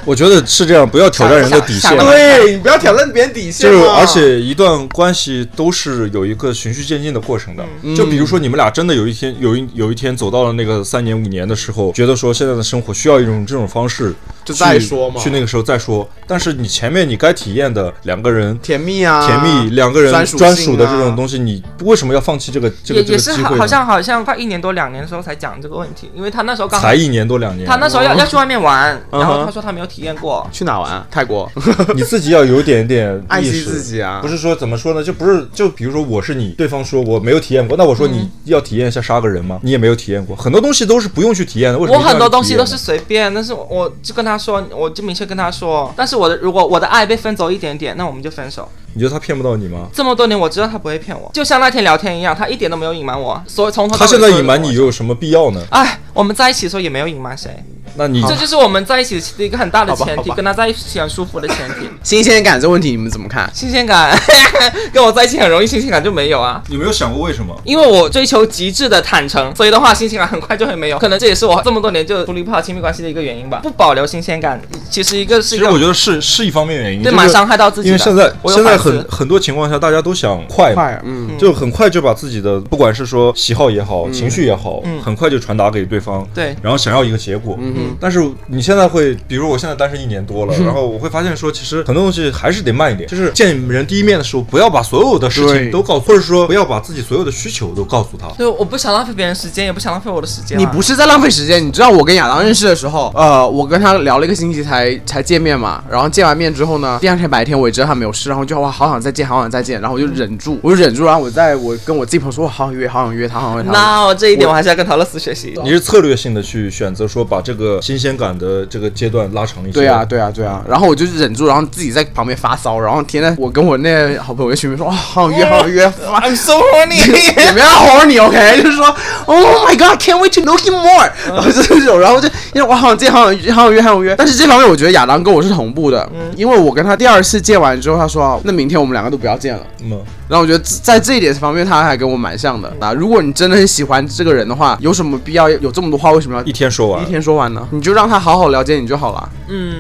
[SPEAKER 1] 我觉得是这样，不要挑战人的底
[SPEAKER 3] 想
[SPEAKER 1] 线。
[SPEAKER 3] 想想
[SPEAKER 2] 对你不要挑战别人底线啊
[SPEAKER 1] 就是
[SPEAKER 2] 嘛，
[SPEAKER 1] 而且一段关系都是有一个循序渐进的过程的。
[SPEAKER 2] 嗯
[SPEAKER 3] 嗯
[SPEAKER 1] 就比如说你们俩真的有一天有一有一天走到了那个三年五年的时候，觉得说现在的生活需要一种这种方式，
[SPEAKER 2] 就
[SPEAKER 1] 去
[SPEAKER 2] 再说嘛
[SPEAKER 1] 去那个时候再说。但是你前面你该体验的两个人。
[SPEAKER 2] 甜蜜啊，
[SPEAKER 1] 甜蜜，两个人
[SPEAKER 2] 专啊
[SPEAKER 1] 专属的这种
[SPEAKER 2] 西，
[SPEAKER 1] 东西，你为什么要放弃这个这个
[SPEAKER 3] 也
[SPEAKER 1] 这个
[SPEAKER 3] 也
[SPEAKER 1] 机
[SPEAKER 3] 是
[SPEAKER 1] 会
[SPEAKER 3] 好，
[SPEAKER 1] 呢？
[SPEAKER 3] 好像好像快一年多两年的时候才讲这个问题，因为他那时候刚好
[SPEAKER 1] 才一年哦多两年，
[SPEAKER 3] 他那时候要要去外面玩，
[SPEAKER 2] 嗯哼
[SPEAKER 3] 然后他说他没有体验过。
[SPEAKER 2] 去哪玩啊？泰国，
[SPEAKER 1] 你自己要有点点
[SPEAKER 2] 爱惜
[SPEAKER 1] 意识
[SPEAKER 2] 自己啊
[SPEAKER 1] 不是说怎么说呢？就不是就比如说我是你，对方说我没有体验过，那我说
[SPEAKER 3] 嗯
[SPEAKER 1] 你要体验一下杀个人吗？你也没有体验过，很多东西都是不用去体验的。为什么
[SPEAKER 3] 我
[SPEAKER 1] 一定要
[SPEAKER 3] 很多
[SPEAKER 1] 去
[SPEAKER 3] 东西
[SPEAKER 1] 体验
[SPEAKER 3] 都
[SPEAKER 1] 呢
[SPEAKER 3] 是随便，但是我我就跟他说，我就明确跟他说，但是我的如果我的爱被分走一点点，那我们就分手。
[SPEAKER 1] 你觉得他骗不到你吗？
[SPEAKER 3] 这么多年，我知道他不会骗我，就像那天聊天一样，他一点都没有隐瞒我，所以从头到
[SPEAKER 1] 他
[SPEAKER 3] 尾
[SPEAKER 1] 现在
[SPEAKER 3] 所有
[SPEAKER 1] 隐瞒
[SPEAKER 3] 的
[SPEAKER 1] 你又有什么必要呢？
[SPEAKER 3] 哎，我们在一起的时候也没有隐瞒谁，
[SPEAKER 1] 那你
[SPEAKER 3] 这就是我们在一起的一个很大的
[SPEAKER 2] 好吧
[SPEAKER 3] 前提，
[SPEAKER 2] 好吧
[SPEAKER 3] 跟他在一起很舒服的前 提。
[SPEAKER 2] 新鲜感这问题你们怎么看？
[SPEAKER 3] 新鲜感， 跟我在一起很容易，新鲜感就没有啊。
[SPEAKER 1] 有没有想过为什么？
[SPEAKER 3] 因为我追求极致的坦诚，所以的话新鲜感很快就会没有。可能这也是我这么多年就处理不好亲密关系的一个原因吧。不保留新鲜感，其实一个是
[SPEAKER 1] 其
[SPEAKER 3] 一
[SPEAKER 1] 实
[SPEAKER 3] 个
[SPEAKER 1] 我觉得是是一方面原因，
[SPEAKER 3] 对
[SPEAKER 1] 就是
[SPEAKER 3] 蛮伤害到自己
[SPEAKER 1] 因
[SPEAKER 3] 的
[SPEAKER 1] 为现在
[SPEAKER 3] 我有
[SPEAKER 1] 现在
[SPEAKER 3] 反思
[SPEAKER 1] 很很多情况下，大家都想快嘛，
[SPEAKER 2] 快，嗯，
[SPEAKER 1] 就很快就把自己的不管是说喜好也好，情绪也好，
[SPEAKER 2] 嗯
[SPEAKER 1] 很快就传达给对方，
[SPEAKER 3] 对
[SPEAKER 1] 然后想要一个结果。但是你现在会，比如我现在单身一年
[SPEAKER 2] 嗯
[SPEAKER 1] 多了，然后我会发现说，其实很多东西还是得慢一点，就是见人第一面的时候，不要把所有的事
[SPEAKER 2] 对
[SPEAKER 1] 情都告诉，或者说不要把自己所有的需求都告诉他。
[SPEAKER 3] 对，我不想浪费别人时间，也不想浪费我的时间啊。
[SPEAKER 2] 你不是在浪费时间，你知道我跟亚当认识的时候，呃，我跟他聊了一个星期才才见面嘛，然后见完面之后呢，第二天白天我也知道他没有事，然后就哇好想再见，好想再见，然后我就忍住，我就忍住，然后我在我跟我自己朋友说，我好想约，好想约他，好想约他。
[SPEAKER 3] 那我这一点我还是要跟陶乐斯学习。
[SPEAKER 1] 你是策略性的去选择说把这个新鲜感的这个阶段拉长一些。
[SPEAKER 2] 对啊，对啊，对啊，然后我就忍住，然后自己在旁边发骚，然后天天我跟我那好朋友群里面说，哇、好想约，好想约，发
[SPEAKER 3] I'm so horny
[SPEAKER 2] 也。没有吼你，OK，就是 说，Oh my God，can't wait to know him more，然后就是这种，然后就因为我好想见，好想约好想约，好想约。但是这方面我觉得亚当跟我是同步的，因为我跟他第二次见完之后，他说，啊那明天我们两个都不要见了。
[SPEAKER 1] 嗯，
[SPEAKER 2] 然后我觉得在这一点方面，他还跟我蛮像的啊。如果你真的很喜欢这个人的话，有什么必要有这么多话？为什么要
[SPEAKER 1] 一天说完
[SPEAKER 2] 一，天说完呢？你就让他好好了解你就好了。
[SPEAKER 3] 嗯，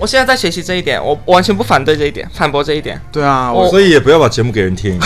[SPEAKER 3] 我现在在学习这一点，我我完全不反对这一点，反驳这一点。
[SPEAKER 2] 对啊，我
[SPEAKER 3] 我
[SPEAKER 1] 所以也不要把节目给人 听。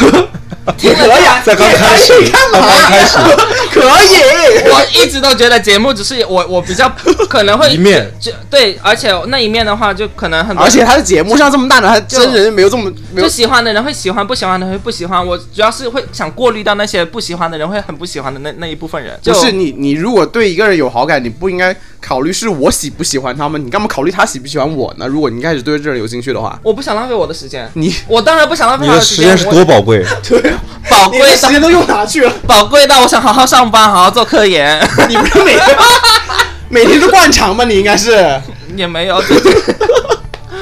[SPEAKER 3] 听了呀，
[SPEAKER 1] 在刚开始，在刚开始，
[SPEAKER 2] 可以。
[SPEAKER 3] 我一直都觉得节目只是我我比较 可能会
[SPEAKER 1] 一面
[SPEAKER 3] 就对，而且那一面的话，就可能很多
[SPEAKER 2] 而且他的节目上这么大的，他真人没有这么没有
[SPEAKER 3] 就喜欢的人会喜欢，不喜欢的人会不喜欢。我主要是会想过滤掉那些不喜欢的人，会很不喜欢的那那一部分人。就
[SPEAKER 2] 不是你，你如果对一个人有好感，你不应该考虑是我喜不喜欢他们，你干嘛考虑他喜不喜欢我呢？如果你一开始对这个人有兴趣的话，
[SPEAKER 3] 我不想浪费我的时间，
[SPEAKER 2] 你
[SPEAKER 3] 我当然不想浪费
[SPEAKER 1] 你
[SPEAKER 3] 他
[SPEAKER 1] 的时
[SPEAKER 3] 时
[SPEAKER 1] 间
[SPEAKER 3] 间，
[SPEAKER 1] 是多宝贵。
[SPEAKER 2] 对，啊
[SPEAKER 3] 宝
[SPEAKER 2] 你
[SPEAKER 3] 贵
[SPEAKER 2] 的
[SPEAKER 3] 到
[SPEAKER 2] 时间都用哪去了？
[SPEAKER 3] 宝贵到我想好好上班，好好做科研
[SPEAKER 2] 你不是每 天每天都灌肠吗？你应该是
[SPEAKER 3] 也没有。最近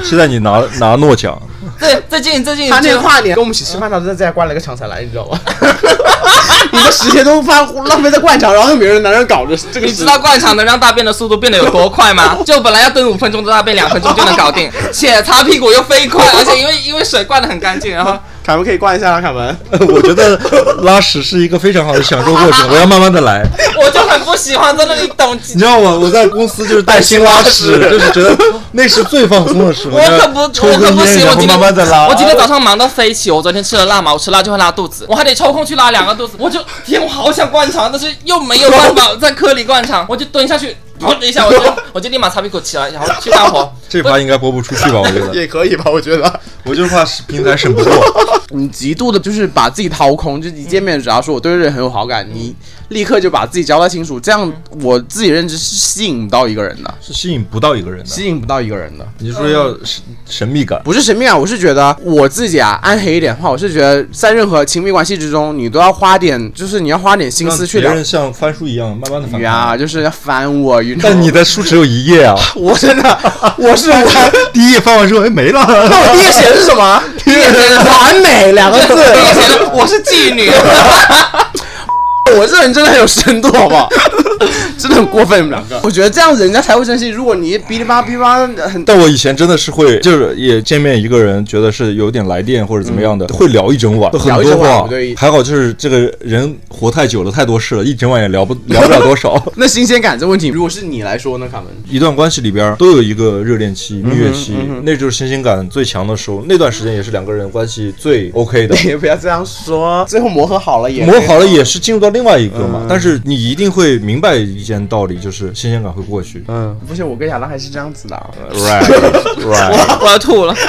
[SPEAKER 1] 期待你拿拿诺奖，
[SPEAKER 3] 对，最近最近
[SPEAKER 2] 他那天
[SPEAKER 3] 就
[SPEAKER 2] 跨年跟我们一起吃饭，他在家灌了个肠才来，你知 道吗？你的时间都浪浪费在灌肠，然后别人男人搞着这个
[SPEAKER 3] 你
[SPEAKER 2] 事，
[SPEAKER 3] 知道灌肠能让大便的速度变得有多快 吗？就本来要蹲五分钟的大便，两分钟就能搞定，且擦屁股又飞快，而且因为因为水灌得很干净，然后
[SPEAKER 2] 凯文可以灌一下啊，凯文。
[SPEAKER 1] 我觉得拉屎是一个非常好的享受过程，我要慢慢的来。
[SPEAKER 3] 我就很不喜欢在那里等。
[SPEAKER 1] 你知道吗？我在公司就是带薪拉屎，就是觉得那是最放松的时候。
[SPEAKER 3] 我可
[SPEAKER 1] 要
[SPEAKER 3] 不，我
[SPEAKER 1] 抽
[SPEAKER 3] 可
[SPEAKER 1] 根
[SPEAKER 3] 不
[SPEAKER 1] 烟，
[SPEAKER 3] 行，我
[SPEAKER 1] 然后
[SPEAKER 3] 今
[SPEAKER 1] 慢
[SPEAKER 3] 天
[SPEAKER 1] 慢的拉。
[SPEAKER 3] 我今天早上忙到飞起，我昨天吃了辣嘛，我吃辣就会拉肚子，我还得抽空去拉两个肚子。我就天，我好想灌肠，但是又没有办 法在科里灌肠，我就蹲下去，噗的一下，我就 我就立马擦屁股起来，然后去干 活。
[SPEAKER 1] 这把应该播不出去吧？我觉得，
[SPEAKER 2] 也可以吧，我觉得。
[SPEAKER 1] 我就是怕平台审不过。
[SPEAKER 2] 你极度的就是把自己掏空，就是一见面只要说我对这个人很有好感，你立刻就把自己交代清楚，这样我自己认知是吸引不到一个人的，
[SPEAKER 1] 是吸引不到一个人的。
[SPEAKER 2] 吸引不到一个人的。
[SPEAKER 1] 你说要神神秘
[SPEAKER 3] 嗯
[SPEAKER 1] 感，
[SPEAKER 2] 不是神秘啊，我是觉得我自己啊，暗黑一点的话，我是觉得在任何亲密关系之中，你都要花点，就是你要花点心
[SPEAKER 1] 让
[SPEAKER 2] 思去
[SPEAKER 1] 别
[SPEAKER 2] 了
[SPEAKER 1] 人像翻书一样慢慢的翻
[SPEAKER 2] 解。啊，
[SPEAKER 1] 开。
[SPEAKER 2] 就是要翻我，you know
[SPEAKER 1] 但你的书只有一页 啊，
[SPEAKER 2] 我真的，我是 我，
[SPEAKER 1] 第一页翻完之后，哎，没了。
[SPEAKER 2] 那我第一个写的是什么？第一个写的是完美两个 字。
[SPEAKER 3] 我是妓 女，
[SPEAKER 2] 我这人真的很有深度，好不 好？真的很过分，你们两个。我觉得这样人家才会珍惜。如果你哔哩吧哔哩吧很
[SPEAKER 1] 但我以前真的是会，就是也见面一个人，觉得是有点来电或者怎么
[SPEAKER 2] 嗯
[SPEAKER 1] 样的，会聊一整晚，很
[SPEAKER 2] 聊一
[SPEAKER 1] 多
[SPEAKER 2] 整晚
[SPEAKER 1] 话
[SPEAKER 2] 不对。
[SPEAKER 1] 还好就是这个人活太久了，太多事了，一整晚也 聊不聊不了多少。
[SPEAKER 2] 那新鲜感这问题，如果是你来说呢，卡门？。
[SPEAKER 1] 一段关系里边都有一个热恋期、蜜月期，那就是新鲜感最强的时候，那段时间也是两个人关系最 OK 的
[SPEAKER 2] 也不要这样说，最后磨合好了也
[SPEAKER 1] 磨好了也是进入到另外一个嘛，
[SPEAKER 2] 嗯
[SPEAKER 1] 但是你一定会明白一件道理，就是新鲜感会过去。
[SPEAKER 2] 嗯，不行，我跟亚当还是这样子的啊。
[SPEAKER 1] Right, right。
[SPEAKER 3] 我要吐了。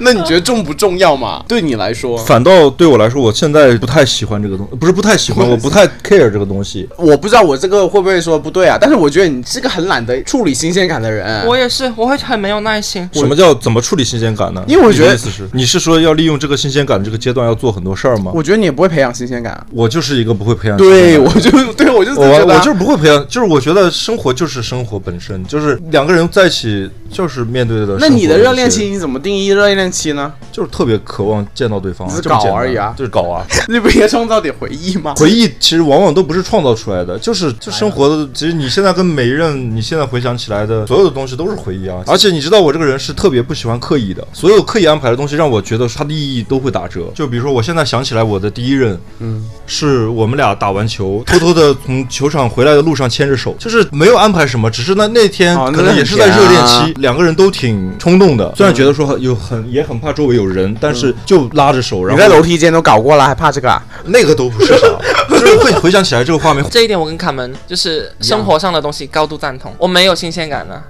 [SPEAKER 2] 那你觉得重不重要嘛？对你来说，
[SPEAKER 1] 反倒对我来说，我现在不太喜欢这个东不是不太喜欢，我不太 care 这个东西。
[SPEAKER 2] 我不知道我这个会不会说不对啊，但是我觉得你是个很懒得处理新鲜感的人。
[SPEAKER 3] 我也是，我会很没有耐心。
[SPEAKER 1] 什么叫怎么处理新鲜感呢？
[SPEAKER 2] 因为我觉得
[SPEAKER 1] 你的意思是，你是说要利用这个新鲜感的这个阶段要做很多事儿吗？
[SPEAKER 2] 我觉得你也不会培养新鲜感啊。
[SPEAKER 1] 我就是一个不会培养新鲜感的
[SPEAKER 2] 对，
[SPEAKER 1] 人
[SPEAKER 2] 我就对我就是
[SPEAKER 1] 我
[SPEAKER 2] 觉得啊
[SPEAKER 1] 我就是不会培养，就是我觉得生活就是生活本身，就是两个人在一起就是面对的。
[SPEAKER 2] 那你的热恋期，你怎么定义热热恋期呢？
[SPEAKER 1] 就是特别渴望见到对方、啊，
[SPEAKER 2] 只是
[SPEAKER 1] 这么
[SPEAKER 2] 搞
[SPEAKER 1] 简单
[SPEAKER 2] 而已啊
[SPEAKER 1] 就是搞啊。
[SPEAKER 2] 你不也创造点回忆吗？
[SPEAKER 1] 回忆其实往往都不是创造出来的，就是就生活的。其实你现在跟每一任，你现在回想起来的所有的东西都是回忆啊。而且你知道我这个人是特别不喜欢刻意的，所有刻意安排的东西让我觉得它的意义都会打折。就比如说我现在想起来我的第一任，嗯，是我们俩打完球，偷偷的从球场回来的路上牵着手，就是没有安排什么，只是那那天
[SPEAKER 2] 哦那
[SPEAKER 1] 可能也是在
[SPEAKER 2] 很
[SPEAKER 1] 热
[SPEAKER 2] 甜
[SPEAKER 1] 恋
[SPEAKER 2] 啊嗯
[SPEAKER 1] 期，两个人都挺冲动的。虽然觉得说有很也很怕周围有人，但是就拉着手，然
[SPEAKER 2] 你
[SPEAKER 1] 后
[SPEAKER 2] 在楼梯间都搞过了，还怕这个啊？
[SPEAKER 1] 那个都不是啥， 就是会回想起来这个画面。
[SPEAKER 3] 这一点我跟卡门就是生活上的东西高度赞同，我没有新鲜感啊了。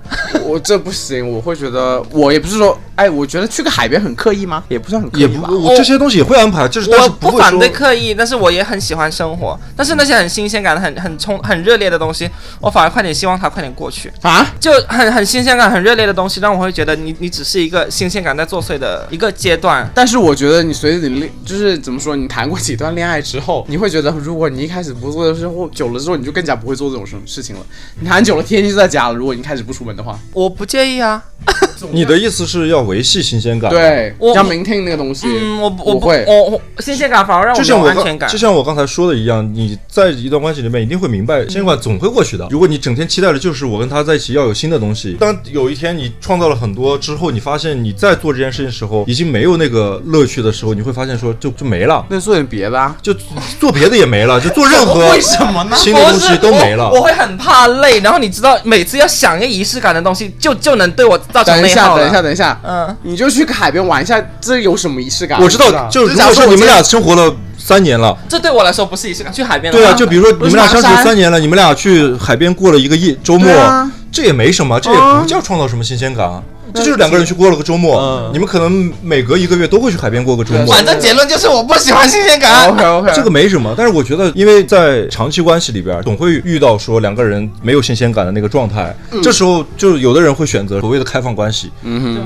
[SPEAKER 2] 我这不行，我会觉得我也不是说，哎，我觉得去个海边很刻意吗？也不算很刻
[SPEAKER 1] 也
[SPEAKER 2] 意吧。
[SPEAKER 1] 不，我这些东西也会安排，就是但
[SPEAKER 3] 哦我
[SPEAKER 1] 是不
[SPEAKER 3] 不
[SPEAKER 1] 会
[SPEAKER 3] 反
[SPEAKER 1] 说嗯
[SPEAKER 3] 对刻意，但是我也很喜欢生活。但是那些很新鲜感、很很冲、很热烈的东西，我反而快点希望它快点过去。
[SPEAKER 2] 啊，
[SPEAKER 3] 就很很新鲜感、很热烈的东西，让我会觉得你你只是一个新鲜感在作祟的一个阶段。
[SPEAKER 2] 但是我觉得你随着你恋，就是怎么说，你谈过几段恋爱之后，你会觉得，如果你一开始不做的时候，久了之后，你就更加不会做这种事事情了。你谈久了，天天就在家了。如果你开始不出门的话，
[SPEAKER 3] 我不介意啊，
[SPEAKER 1] 你的意思是要维系新鲜感，，
[SPEAKER 2] 对
[SPEAKER 3] 我，
[SPEAKER 2] 要 maintain 那个东西。
[SPEAKER 3] 嗯，我不我
[SPEAKER 2] 我
[SPEAKER 3] 不
[SPEAKER 2] 会
[SPEAKER 3] 我我新鲜感反而让
[SPEAKER 1] 就
[SPEAKER 3] 我没
[SPEAKER 1] 像
[SPEAKER 3] 有
[SPEAKER 1] 我
[SPEAKER 3] 安全
[SPEAKER 1] 刚
[SPEAKER 3] 感嗯
[SPEAKER 1] 就。像我刚才说的一样，你在一段关系里面一定会明白，新鲜感总会过去的。如果你整天期待的就是我跟他在一起要有新的东西，当有一天你创造了很多之后，你发现你在做这件事情的时候已经没有那个乐趣的时候，你会发现说就就没了。
[SPEAKER 2] 那做点别的啊。
[SPEAKER 1] 就做别的也没了，就做任 何
[SPEAKER 2] 为什么呢
[SPEAKER 1] 新的
[SPEAKER 3] 不
[SPEAKER 1] 东西
[SPEAKER 3] 是
[SPEAKER 1] 都没了
[SPEAKER 3] 我，我会很怕累，然后你知道，每次要想一个仪式感的东西，就就能对我造成
[SPEAKER 2] 等一
[SPEAKER 3] 内
[SPEAKER 2] 下，
[SPEAKER 3] 耗了。
[SPEAKER 2] 等一下，等一下，
[SPEAKER 3] 嗯，
[SPEAKER 2] 你就去个海边玩一下，这有什么仪式感？
[SPEAKER 1] 我知道，就如果说你们俩生活了三年了，
[SPEAKER 3] 这对我来说不是仪式感。去海边的
[SPEAKER 1] 对啊，
[SPEAKER 3] 话
[SPEAKER 1] 就比如说你们俩
[SPEAKER 2] 不
[SPEAKER 1] 相
[SPEAKER 2] 是
[SPEAKER 1] 处
[SPEAKER 2] 爬山
[SPEAKER 1] 三年了，你们俩去海边过了一个夜周末
[SPEAKER 2] 对啊，
[SPEAKER 1] 这也没什么，这也不叫创造什么新鲜感啊。这就是两个人去过了个周末，你们可能每隔一个月都会去海边过个周末，
[SPEAKER 3] 反正结论就是我不喜欢新鲜感。啊
[SPEAKER 2] OK OK，
[SPEAKER 1] 这个没什么。但是我觉得，因为在长期关系里边，总会遇到说两个人没有新鲜感的那个状态，
[SPEAKER 2] 嗯
[SPEAKER 1] 这时候就有的人会选择所谓的开放关系，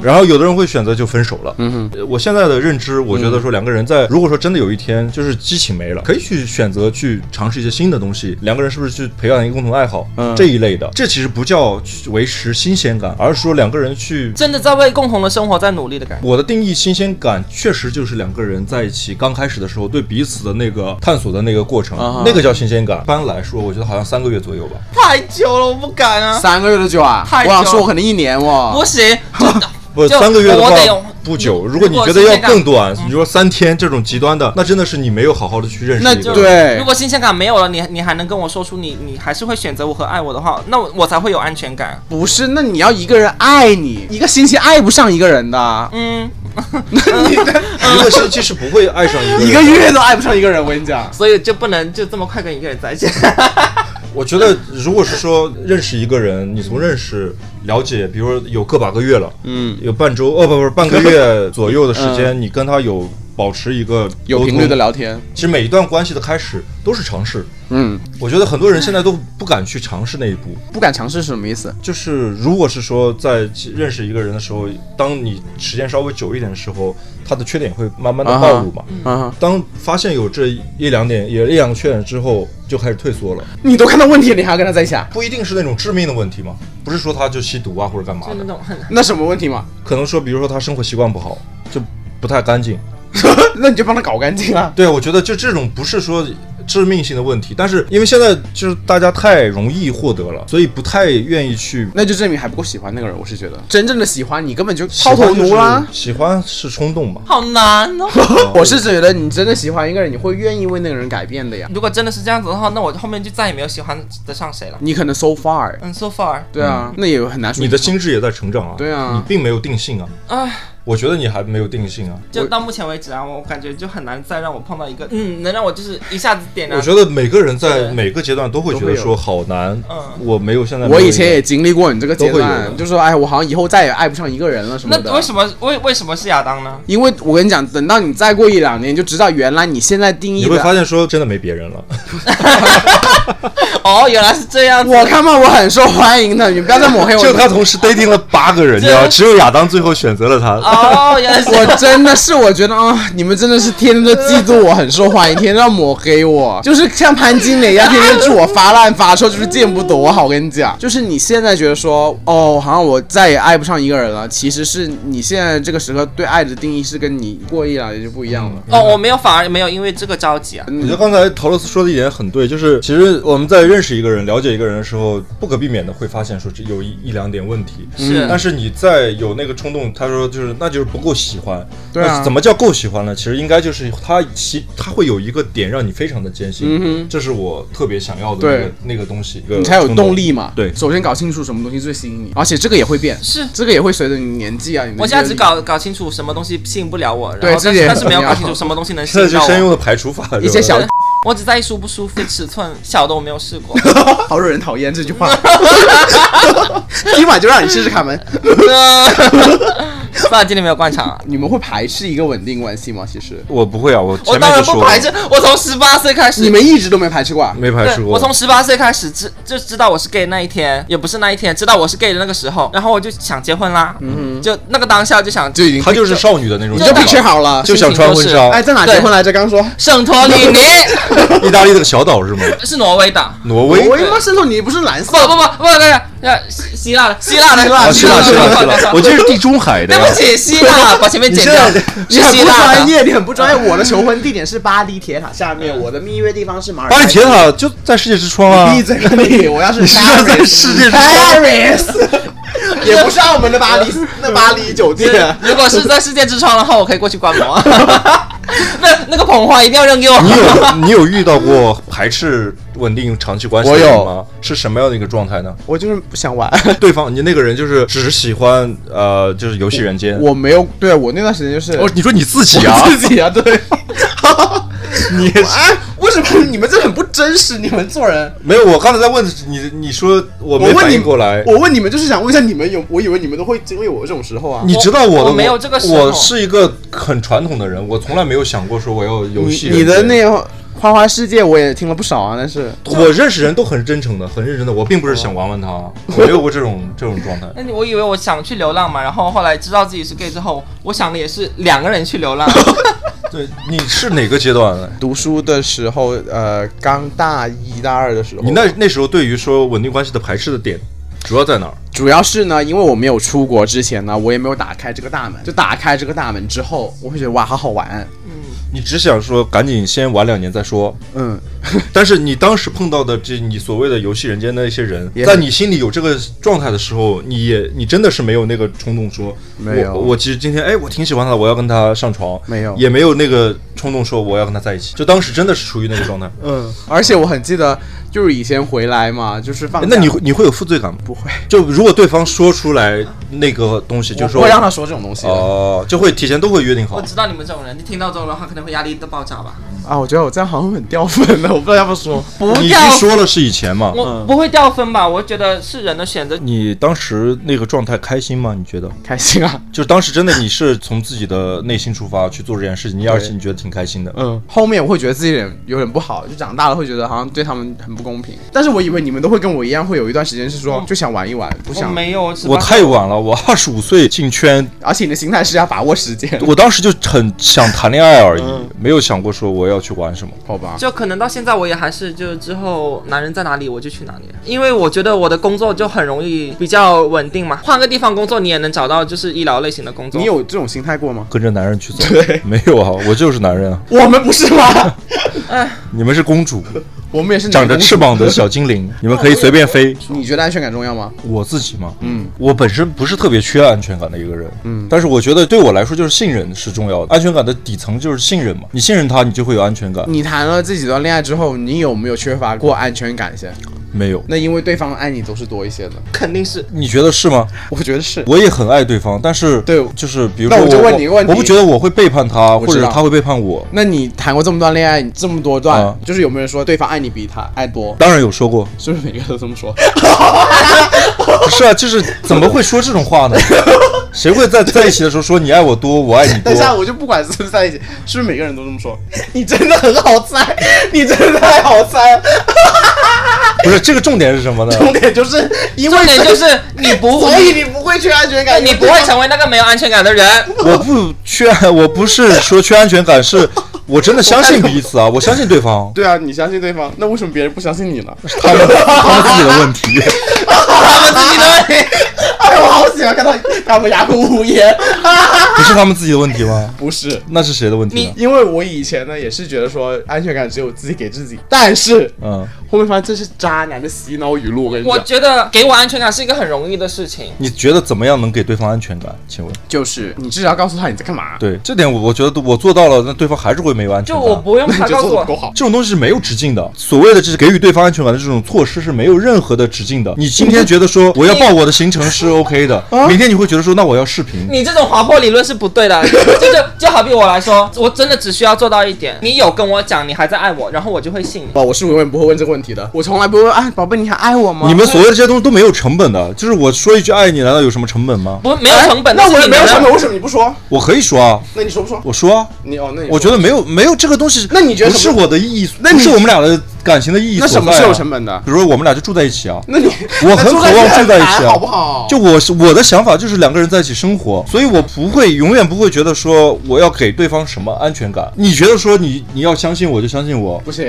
[SPEAKER 1] 然后有的人会选择就分手了。
[SPEAKER 2] 嗯
[SPEAKER 1] 呃我现在的认知，我觉得说两个人在如果说真的有一天就是激情没
[SPEAKER 2] 嗯
[SPEAKER 1] 了，可以去选择去尝试一些新的东西，两个人是不是去培养一个共同爱好、
[SPEAKER 2] 嗯
[SPEAKER 1] 这一类的？这其实不叫去维持新鲜感，而是说两个人去。
[SPEAKER 3] 真的在为共同的生活在努力的感觉。
[SPEAKER 1] 我的定义，新鲜感确实就是两个人在一起刚开始的时候对彼此的那个探索的那个过程，
[SPEAKER 2] 啊
[SPEAKER 1] 那个叫新鲜感。一般来说，我觉得好像三个月左右吧。
[SPEAKER 3] 太久了，我不敢 啊，
[SPEAKER 2] 三个月的酒啊，
[SPEAKER 3] 太
[SPEAKER 2] 我
[SPEAKER 3] 久了
[SPEAKER 2] 想说，我可能一年哦。
[SPEAKER 3] 不行，就
[SPEAKER 1] 不，
[SPEAKER 3] 就
[SPEAKER 1] 三个月的
[SPEAKER 3] 我
[SPEAKER 1] 话
[SPEAKER 3] 得有
[SPEAKER 1] 不久。
[SPEAKER 3] 嗯
[SPEAKER 1] 如果你
[SPEAKER 3] 如果
[SPEAKER 1] 觉得要
[SPEAKER 3] 新鲜感
[SPEAKER 1] 更短，你说三天这种极端的，那真的是你没有好好的去认识
[SPEAKER 2] 那
[SPEAKER 1] 一 个人。
[SPEAKER 2] 对
[SPEAKER 3] 如，果新鲜感没有了，你你还能跟我说出你你还是会选择我和爱我的话，那我我才会有安全感。
[SPEAKER 2] 不是，那你要一个人爱你，一个星期爱不上一个人的，
[SPEAKER 3] 嗯，
[SPEAKER 1] 一个星期是不会爱上一个人
[SPEAKER 2] 一个月都爱不上一个人。我跟你讲，
[SPEAKER 3] 所以就不能就这么快跟一个人在一起。
[SPEAKER 1] 我觉得，如果是说认识一个人，你从认识、了解，比如说有个把个月了，
[SPEAKER 2] 嗯，
[SPEAKER 1] 有半周，哦不不是，半个月左右的时间，你跟他有保持一个
[SPEAKER 2] 有
[SPEAKER 1] 沟
[SPEAKER 2] 频
[SPEAKER 1] 通
[SPEAKER 2] 率的。聊天，
[SPEAKER 1] 其实每一段关系的开始都是尝试，
[SPEAKER 2] 嗯，
[SPEAKER 1] 我觉得很多人现在都不敢去尝试那一步。
[SPEAKER 2] 不敢尝试是什么意思？
[SPEAKER 1] 就是如果是说在认识一个人的时候，当你时间稍微久一点的时候，他的缺点会慢慢的暴露嘛。
[SPEAKER 2] 啊，
[SPEAKER 1] 当发现有这一两点，也一两个缺点之后，就开始退缩了。
[SPEAKER 2] 你都看到问题了，你还要跟他在一起啊？
[SPEAKER 1] 不一定是那种致命的问题嘛，不是说他就吸毒啊或者干嘛
[SPEAKER 3] 就那
[SPEAKER 1] 的，
[SPEAKER 3] 种很
[SPEAKER 2] 那什么问题嘛？
[SPEAKER 1] 可能说比如说他生活习惯不好，就不太干净。
[SPEAKER 2] 那你就帮他搞干净啊。
[SPEAKER 1] 对，我觉得就这种不是说致命性的问题，但是因为现在就是大家太容易获得了，所以不太愿意去。
[SPEAKER 2] 那就证明还不够喜欢那个人，我是觉得真正的喜欢你根本就
[SPEAKER 1] 喜
[SPEAKER 2] 抛
[SPEAKER 1] 欢
[SPEAKER 2] 头颅啦
[SPEAKER 1] 就。是喜欢是冲动嘛？啊
[SPEAKER 3] 好难哦。
[SPEAKER 2] 我是觉得你真的喜欢一个人，你会愿意为那个人改变的呀。
[SPEAKER 3] 如果真的是这样子的话，那我后面就再也没有喜欢得上谁了。
[SPEAKER 2] 你可能 so far，
[SPEAKER 3] 嗯，so far，
[SPEAKER 2] 对啊，那也很难说。
[SPEAKER 1] 你的心智也在成长啊，
[SPEAKER 2] 对啊
[SPEAKER 1] 你并没有定性啊，
[SPEAKER 3] 唉，
[SPEAKER 1] 我觉得你还没有定性啊。
[SPEAKER 3] 就到目前为止啊，我我感觉就很难再让我碰到一个，嗯，能让我就是一下子点燃。
[SPEAKER 1] 我觉得每个人在
[SPEAKER 3] 对
[SPEAKER 1] 每个阶段都会觉
[SPEAKER 2] 都会
[SPEAKER 1] 得
[SPEAKER 2] 有
[SPEAKER 1] 说好难
[SPEAKER 3] 嗯，
[SPEAKER 1] 我没有呃现在没有
[SPEAKER 2] 我
[SPEAKER 1] 一个。
[SPEAKER 2] 以前也经历过你这个阶
[SPEAKER 1] 都会有
[SPEAKER 2] 段
[SPEAKER 1] 的，
[SPEAKER 2] 就说哎，我好像以后再也爱不上一个人了什么
[SPEAKER 3] 那
[SPEAKER 2] 的。
[SPEAKER 3] 为什么为为什么是亚当呢？
[SPEAKER 2] 因为我跟你讲，等到你再过一两年，你就知道原来你现在定义
[SPEAKER 1] 你会
[SPEAKER 2] 的。
[SPEAKER 1] 发现说真的没别人了。
[SPEAKER 3] 哦，原来是这样子。
[SPEAKER 2] 我看嘛，我哎很受欢迎的，你不要再抹黑 我。啊
[SPEAKER 1] 就他同时 dating 了八个人，你知道吗，只有亚当最后选择了他。
[SPEAKER 3] 哦，原来是这
[SPEAKER 2] 我
[SPEAKER 3] 样。
[SPEAKER 2] 真的是，我觉得啊、你们真的是天天都嫉妒我，很受欢迎，天天要抹 黑我，就是像潘金莲一样，天天祝我发烂发臭，就是见不得我好。我跟你讲，就是你现在觉得说，哦，好像我再也爱不上一个人了，其实是你现在这个时刻对爱的定义是跟你过一两年就不一样了。
[SPEAKER 3] 哦，我没有，反而没有因为这个着急啊。
[SPEAKER 1] 我觉得刚才陶乐斯说的一点很对，就是其实我们在认识一个人、了解一个人的时候，不可避免的会发现说这有一一两点问题。
[SPEAKER 2] 嗯
[SPEAKER 3] 是
[SPEAKER 1] 但是你在有那个冲动，他说就是那就是不够喜欢。
[SPEAKER 2] 对啊
[SPEAKER 1] 那怎么叫够喜欢呢？其实应该就是他其他会有一个点让你非常的坚信，这是我特别想要的那个
[SPEAKER 2] 嗯对
[SPEAKER 1] 那个东西，一个
[SPEAKER 2] 你才有
[SPEAKER 1] 冲
[SPEAKER 2] 动力嘛。
[SPEAKER 1] 对
[SPEAKER 2] 首先搞清楚什么东西最吸引你，而且这个也会变，
[SPEAKER 3] 是
[SPEAKER 2] 这个也会随着你年纪啊。你的
[SPEAKER 3] 我现在
[SPEAKER 2] 阅
[SPEAKER 3] 只
[SPEAKER 2] 历
[SPEAKER 3] 搞搞清楚什么东西吸引不了我，
[SPEAKER 2] 对
[SPEAKER 3] 然后但
[SPEAKER 2] 这也
[SPEAKER 3] 是但是没有
[SPEAKER 2] 很重要
[SPEAKER 3] 搞清楚什么东西能 吸
[SPEAKER 1] 现在
[SPEAKER 3] 引
[SPEAKER 1] 就
[SPEAKER 3] 到
[SPEAKER 1] 深用
[SPEAKER 3] 我。
[SPEAKER 1] 的排除法，
[SPEAKER 2] 啊一些小
[SPEAKER 1] 是吧
[SPEAKER 3] 我只在意舒不舒服，尺寸小的我没有 试过。
[SPEAKER 2] 好惹人讨厌这句话，今晚就让你试试看吧。
[SPEAKER 3] 啊算了，今天没有灌肠啊。
[SPEAKER 2] 你们会排斥一个稳定关系吗？其实
[SPEAKER 1] 我不会啊，我前
[SPEAKER 3] 我
[SPEAKER 1] 面
[SPEAKER 3] 当然
[SPEAKER 1] 就说
[SPEAKER 3] 不
[SPEAKER 1] 了
[SPEAKER 3] 排斥，我从十八岁开始，
[SPEAKER 2] 你们一直都没排斥过啊。
[SPEAKER 1] 没排
[SPEAKER 3] 对，
[SPEAKER 1] 除过。
[SPEAKER 3] 我从十八岁开始知就知道我是 gay 那一天，也不是那一天，知道我是 gay 的那个时候，然后我就想结婚啦，就那个当下就想
[SPEAKER 2] 嗯就已经
[SPEAKER 1] 他就是少女的那种
[SPEAKER 2] 你
[SPEAKER 1] 想
[SPEAKER 2] 就
[SPEAKER 1] 法，
[SPEAKER 3] 就
[SPEAKER 2] picture 好了，
[SPEAKER 1] 就想穿婚纱。
[SPEAKER 2] 哎，在哪结婚来着？刚说
[SPEAKER 3] 圣托里尼，
[SPEAKER 1] 意大利的个小岛是吗？
[SPEAKER 3] 是挪威的，
[SPEAKER 1] 挪
[SPEAKER 2] 我
[SPEAKER 1] 威？
[SPEAKER 2] 他妈渗透你不是蓝
[SPEAKER 3] 不
[SPEAKER 2] 色？
[SPEAKER 3] 不不不，那个呃希希腊的希腊的
[SPEAKER 1] 啊，
[SPEAKER 2] 哦希
[SPEAKER 1] 是
[SPEAKER 2] 腊
[SPEAKER 1] 啦
[SPEAKER 2] 的
[SPEAKER 1] 是啦是啦，我
[SPEAKER 3] 对
[SPEAKER 1] 记得是地中海的呀。
[SPEAKER 3] 不起，希 腊，把前面剪掉，
[SPEAKER 2] 你
[SPEAKER 3] 是
[SPEAKER 2] 很
[SPEAKER 3] 希
[SPEAKER 2] 不
[SPEAKER 3] 腊
[SPEAKER 2] 专
[SPEAKER 3] 的。
[SPEAKER 2] 业，你很不专业。我的求婚地点是巴黎铁塔下 面，我的蜜月地方是马尔
[SPEAKER 1] 巴
[SPEAKER 2] 代
[SPEAKER 1] 黎
[SPEAKER 2] 夫
[SPEAKER 1] 铁。塔就在世界之窗啊
[SPEAKER 2] 闭！嘴吧你！我要是
[SPEAKER 1] 是要 在世界之
[SPEAKER 2] 哎
[SPEAKER 1] 窗
[SPEAKER 2] Paris，也 不是澳门的巴 黎，那巴黎酒店。
[SPEAKER 3] 如果是在世界之窗的话，我可以过 去观摩。 那那个捧花一定要扔给
[SPEAKER 1] 你
[SPEAKER 3] 我。
[SPEAKER 1] 有你有遇到过排斥稳定长期关系的人吗？是什么样的一个状态呢？
[SPEAKER 2] 我就是不想玩，
[SPEAKER 1] 对方你那个人就是只是喜欢呃，就是游戏人间。
[SPEAKER 2] 我没有，对我那段时间就是
[SPEAKER 1] 哦，你说你自己啊
[SPEAKER 2] 我？自己啊，对，
[SPEAKER 1] 你也是
[SPEAKER 2] 哎，为什么你们这很不真实？你们做人，
[SPEAKER 1] 没有？我刚才在问你，你说我
[SPEAKER 2] 我
[SPEAKER 1] 没
[SPEAKER 2] 问
[SPEAKER 1] 反
[SPEAKER 2] 你
[SPEAKER 1] 应过来。
[SPEAKER 2] 我问你们就是想问一下你们有，我以为你们都会经历我这种时 候啊。
[SPEAKER 1] 你知道我的
[SPEAKER 3] 我没有这个时候
[SPEAKER 1] 我是一个很传统的人，我从来没有想过说我要游戏人间。
[SPEAKER 2] 你的那个花花世界我也听了不少啊，但是
[SPEAKER 1] 我认识人都很真诚的，很认真的，我并不是想玩玩他，啊我没有过这种这种状态。
[SPEAKER 3] 那你我以为我想去流浪嘛，然后后来知道自己是 gay 之后，我想的也是两个人 去流浪。
[SPEAKER 1] 对，你是哪个阶段的？
[SPEAKER 2] 读书的时候，呃，刚大一大二的时候，
[SPEAKER 1] 你那那时候对于说稳定关系的排斥的点，主要在哪儿？
[SPEAKER 2] 主要是呢，因为我没有出国之前呢，我也没有打开这个大门。就打开这个大门之后，我会觉得哇，好好玩。
[SPEAKER 1] 你只想说赶紧先玩两年再说，
[SPEAKER 2] 嗯，
[SPEAKER 1] 但是你当时碰到的这你所谓的游戏人间的一些人
[SPEAKER 2] 也，
[SPEAKER 1] 在你心里有这个状态的时候，你也你真的是没有那个冲动说，
[SPEAKER 2] 没有
[SPEAKER 1] 我我其实今天哎，我挺喜欢他的，我要跟他上床，
[SPEAKER 2] 没有
[SPEAKER 1] 也没有那个冲动说我要跟他在一起，就当时真的是处于那个状态。
[SPEAKER 2] 嗯，而且我很记得，就是以前回来嘛，就是放
[SPEAKER 1] 哎
[SPEAKER 2] 假
[SPEAKER 1] 那你会你会有负罪感吗？
[SPEAKER 2] 不会，
[SPEAKER 1] 就如果对方说出来那个东西，就
[SPEAKER 2] 我
[SPEAKER 1] 是
[SPEAKER 2] 不
[SPEAKER 1] 说
[SPEAKER 2] 会让他说这种东西的
[SPEAKER 1] 哦、就会提前都会约定好
[SPEAKER 3] 我。知道你们这种人，你听到这种的话，可能会压力的爆炸吧？
[SPEAKER 2] 啊。我觉得我这样好像很掉粉的，我不知道要不要说。
[SPEAKER 3] 不
[SPEAKER 1] 你已
[SPEAKER 3] 掉
[SPEAKER 1] 经，说了是以前嘛？
[SPEAKER 2] 嗯
[SPEAKER 3] 我不会掉分吧？我觉得是人的选择。
[SPEAKER 1] 你当时那个状态开心吗？你觉得？
[SPEAKER 2] 开心啊，
[SPEAKER 1] 就是当时真的你是从自己的内心出发去做这件事情，你而且你觉得挺开心的。
[SPEAKER 2] 嗯，后面我会觉得自己有点有点不好，就长大了会觉得好像对他们很不公平。但是我以为你们都会跟我一样，会有一段时间是说就想玩一玩，不
[SPEAKER 3] 我
[SPEAKER 2] 想。
[SPEAKER 3] 没有，我只
[SPEAKER 1] 我太晚了，我二十五岁进圈，
[SPEAKER 2] 而且你的心态是要把握时间，
[SPEAKER 1] 我当时就很想谈恋爱而已，
[SPEAKER 2] 嗯
[SPEAKER 1] 没有想过说我要去玩什么。
[SPEAKER 2] 好吧？
[SPEAKER 3] 就可能到现在我也还是就之后男人在哪里我就去哪里，因为我觉得我的工作就很容易比较稳定嘛，换个地方工作你也能找到就是医疗类型的工作。
[SPEAKER 2] 你有这种心态过吗？
[SPEAKER 1] 跟着男人去走
[SPEAKER 2] 对，
[SPEAKER 1] 没有啊，我就是男人啊，
[SPEAKER 2] 我们不是吗？
[SPEAKER 1] 你们是公主，
[SPEAKER 2] 我们也是
[SPEAKER 1] 长着翅。膀的小精 灵，你们可以随便飞。
[SPEAKER 2] 你觉得安全感重要吗？
[SPEAKER 1] 我自己嘛，嗯，我本身不是特别缺安全感的一个人，嗯，但是我觉得对我来说就是信任是重要的，安全感的底层就是信任嘛，你信任他，你就会有安全感。
[SPEAKER 2] 你谈了这几段恋爱之后，你有没有缺乏过安全感先？
[SPEAKER 1] 没有，
[SPEAKER 2] 那因为对方爱你总是多一 些的，
[SPEAKER 3] 肯定是
[SPEAKER 1] 你觉得是吗？
[SPEAKER 2] 我觉得是。
[SPEAKER 1] 我也很爱对方，但是
[SPEAKER 2] 对
[SPEAKER 1] 就是比如
[SPEAKER 2] 那
[SPEAKER 1] 说
[SPEAKER 2] 我就问你一个问题
[SPEAKER 1] 我不觉得我会背叛他，
[SPEAKER 2] 我
[SPEAKER 1] 或
[SPEAKER 2] 知
[SPEAKER 1] 者
[SPEAKER 2] 道
[SPEAKER 1] 他会背叛我。
[SPEAKER 2] 那你谈过这么多恋爱，这么多段，
[SPEAKER 1] 啊
[SPEAKER 2] 就是有没有人说对方爱你比他爱多？
[SPEAKER 1] 当然有说过，
[SPEAKER 2] 是不是每个都这么 说？
[SPEAKER 1] 不是啊，就是怎么会说这种 话呢？谁会在在一起的时候说你爱我多，我爱你
[SPEAKER 2] 等一下，
[SPEAKER 1] 多？
[SPEAKER 2] 我就不管是不是在一起， 是不是每个人都这么说？你真的很好猜，你真的太好猜了。
[SPEAKER 1] 不是这个重点是什么呢？
[SPEAKER 2] 重点就是因为
[SPEAKER 3] 重点就是你不
[SPEAKER 2] 所以
[SPEAKER 3] 会，
[SPEAKER 2] 你不会缺安全感，
[SPEAKER 3] 你不会成为那个没有安全 感的人。
[SPEAKER 1] 我不缺，我不是说缺安全感，是我真的相信彼此啊，我相信对方，
[SPEAKER 2] 对啊，你相信对方，那为什么别人不相信你呢？
[SPEAKER 1] 是他们 他们自己的问题。
[SPEAKER 2] 他们自己的， 哎，我好喜欢看到他们哑口无言。
[SPEAKER 1] 不是他们自己的问题吗？
[SPEAKER 2] 不是，
[SPEAKER 1] 那是谁的问题啊呢？
[SPEAKER 2] 因为我以前呢也是觉得说安全感只有自己给自己，但是
[SPEAKER 1] 嗯，
[SPEAKER 2] 后面发现这是渣男的洗脑语录。我跟你
[SPEAKER 3] 我
[SPEAKER 2] 讲，
[SPEAKER 3] 觉得给我安全感是一个很容易的事情。
[SPEAKER 1] 你觉得怎么样能给对方安全感？请问，
[SPEAKER 2] 就是你至少告诉他你在干嘛，
[SPEAKER 1] 对这点我我觉得我做到了，那对方还是会没有安全
[SPEAKER 3] 就
[SPEAKER 1] 感。
[SPEAKER 3] 我不用
[SPEAKER 2] 那
[SPEAKER 3] 他
[SPEAKER 2] 你就
[SPEAKER 3] 告诉
[SPEAKER 2] 做的够
[SPEAKER 3] 我，
[SPEAKER 2] 好。
[SPEAKER 1] 这种东西是没有止境的，所谓的这是给予对方安全感的这种措施是没有任何的止境的。你今天觉得说我要报我的行程 是 OK 的，明天你会觉得说那我要视频，
[SPEAKER 3] 啊你这种滑坡理论是不 对的。就是就好比我来说，我真的只需要做到一点，你有跟我讲你还在爱我，然后我就会信你。
[SPEAKER 2] 哇，我是永远不会问这个问题的，我从来不会问，哎，宝贝，你还爱我吗？
[SPEAKER 1] 你们所谓的这些东西都没有成本的，就是我说一句爱你，难道有什么成本吗？
[SPEAKER 3] 不，没有成本，
[SPEAKER 2] 哎那
[SPEAKER 3] 但是
[SPEAKER 2] 我也
[SPEAKER 3] 你
[SPEAKER 2] 没有
[SPEAKER 3] 能
[SPEAKER 2] 成本，为什么你不说？
[SPEAKER 1] 我可以说啊，
[SPEAKER 2] 那你说不说？
[SPEAKER 1] 我说啊，
[SPEAKER 2] 你哦，那你
[SPEAKER 1] 我觉
[SPEAKER 2] 得
[SPEAKER 1] 得没有没有这个东西，
[SPEAKER 2] 那你觉得
[SPEAKER 1] 不是
[SPEAKER 2] 什么
[SPEAKER 1] 我的意义，
[SPEAKER 2] 那
[SPEAKER 1] 不
[SPEAKER 2] 你
[SPEAKER 1] 是我们俩的感情的意义
[SPEAKER 2] 那
[SPEAKER 1] 所
[SPEAKER 2] 什么
[SPEAKER 1] 在
[SPEAKER 2] 是
[SPEAKER 1] 啊
[SPEAKER 2] 有成本的？
[SPEAKER 1] 比如说我们俩就住在一起啊，
[SPEAKER 2] 那你
[SPEAKER 1] 我很渴望住在一起啊，
[SPEAKER 2] 好不好？
[SPEAKER 1] 就我是我的想法就是两个人在一起生活，所以我不会永远不会觉得说我要给对方什么安全感。你觉得说你你要相信我就相信我，
[SPEAKER 2] 不行，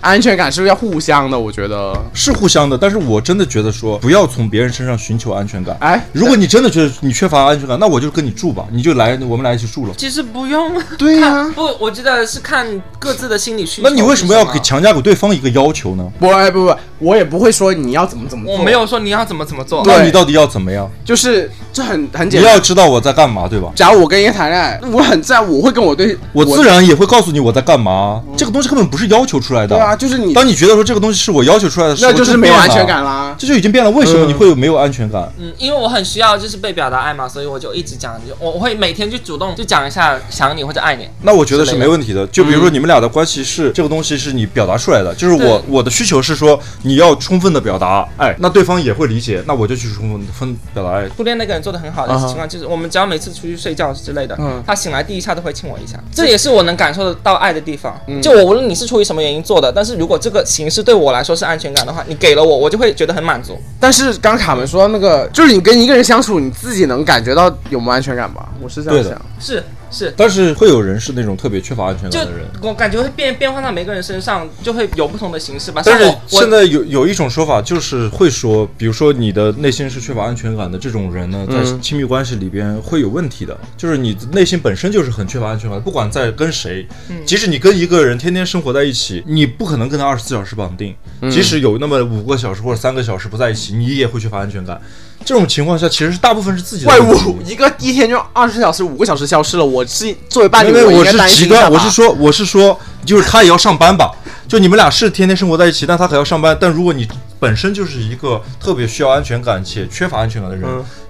[SPEAKER 2] 安全感是不是要互相的？我觉得，
[SPEAKER 1] 是互相的，但是我真的觉得说不要从别人身上寻求安全感。
[SPEAKER 2] 哎
[SPEAKER 1] 如果你真的觉得你缺乏安全感，那我就跟你住吧，你就来我们俩一起住了。
[SPEAKER 3] 其实不用。
[SPEAKER 2] 对呀、
[SPEAKER 3] 不，我觉得是看各自的心理需求。
[SPEAKER 1] 那你为什么要给？强加给对方一个要求呢？
[SPEAKER 2] 不哎不不，我也不会说你要怎么怎么做，
[SPEAKER 3] 我没，有说你要怎么怎么做。
[SPEAKER 2] 对
[SPEAKER 1] 那你到底要怎么样？
[SPEAKER 2] 就是这很很
[SPEAKER 1] 你
[SPEAKER 2] 简
[SPEAKER 1] 要
[SPEAKER 2] 单。
[SPEAKER 1] 知道我在干嘛，对吧？
[SPEAKER 2] 假如我跟一个谈恋爱，我很在乎，我会跟我对，
[SPEAKER 1] 我自然也会告诉你我在干嘛。这个东西根本不是要求出来的。
[SPEAKER 2] 对啊，就是你，
[SPEAKER 1] 当你觉得说这个东西是我要求出来的时候，
[SPEAKER 2] 那就是
[SPEAKER 1] 这
[SPEAKER 2] 没有
[SPEAKER 1] 变
[SPEAKER 2] 安全
[SPEAKER 1] 了
[SPEAKER 2] 感嗯啦。
[SPEAKER 1] 这就已经变了。为什么你会有没有安全感？
[SPEAKER 3] 嗯，因为我很需要就是被表达爱嘛，所以我就一直讲，就我我会每天去主动就讲一下想你或者爱你。
[SPEAKER 1] 那我觉得是没问题的。就比
[SPEAKER 2] 嗯
[SPEAKER 1] 如说你们俩的关系是、这个东西是你表达出来的，就是我
[SPEAKER 3] 对
[SPEAKER 1] 我的需求是说你要充分的表达爱，那对方也会理解，那我就去充分分表达爱。哎
[SPEAKER 3] 初恋那个人做的很好的
[SPEAKER 2] 啊哈
[SPEAKER 3] 情况就是，我们只要每次出去睡觉之类的，
[SPEAKER 2] 嗯
[SPEAKER 3] 他醒来第一下都会亲我一下，这也是我能感受得到爱的地方。
[SPEAKER 1] 嗯
[SPEAKER 3] 就我无论你是出于什么原因做的，但是如果这个形式对我来说是安全感的话，你给了我，我就会觉得很满足。
[SPEAKER 2] 但是刚卡门说到那个，就是你跟一个人相处，你自己能感觉到有没有安全感吧？我是这样
[SPEAKER 1] 对的
[SPEAKER 2] 想。
[SPEAKER 3] 是是。
[SPEAKER 1] 但是会有人是那种特别缺乏安全
[SPEAKER 3] 就
[SPEAKER 1] 感的人。
[SPEAKER 3] 我感觉会变变换到每个人身上，就会有不同的形式吧。
[SPEAKER 1] 但是
[SPEAKER 3] 像我我
[SPEAKER 1] 现在有有一种说法，就是会说，比如说你的内心是缺乏安全感的这种人呢，在
[SPEAKER 2] 嗯
[SPEAKER 1] 亲密关系里边会有问题的，就是你内心本身就是很缺乏安全感的，不管在跟谁，
[SPEAKER 3] 嗯
[SPEAKER 1] 即使你跟一个人天天生活在一起，你不可能跟他二十四小时绑定，
[SPEAKER 2] 嗯
[SPEAKER 1] 即使有那么五个小时或者三个小时不在一起，你也会缺乏安全感。这种情况下，其实是大部分是自己的
[SPEAKER 2] 怪
[SPEAKER 1] 问
[SPEAKER 2] 物
[SPEAKER 1] 题。
[SPEAKER 2] 一个一天就二十小时、五个小时消失了，我是作为伴侣，
[SPEAKER 1] 因为
[SPEAKER 2] 我应
[SPEAKER 1] 我
[SPEAKER 2] 该
[SPEAKER 1] 是
[SPEAKER 2] 担
[SPEAKER 1] 极
[SPEAKER 2] 心一下
[SPEAKER 1] 端，我
[SPEAKER 2] 吧
[SPEAKER 1] 是说，我是说，就是他也要上班吧？就你们俩是天天生活在一起，但他还要上班。但如果你本身就是一个特别需要安全感且缺乏安全感的人，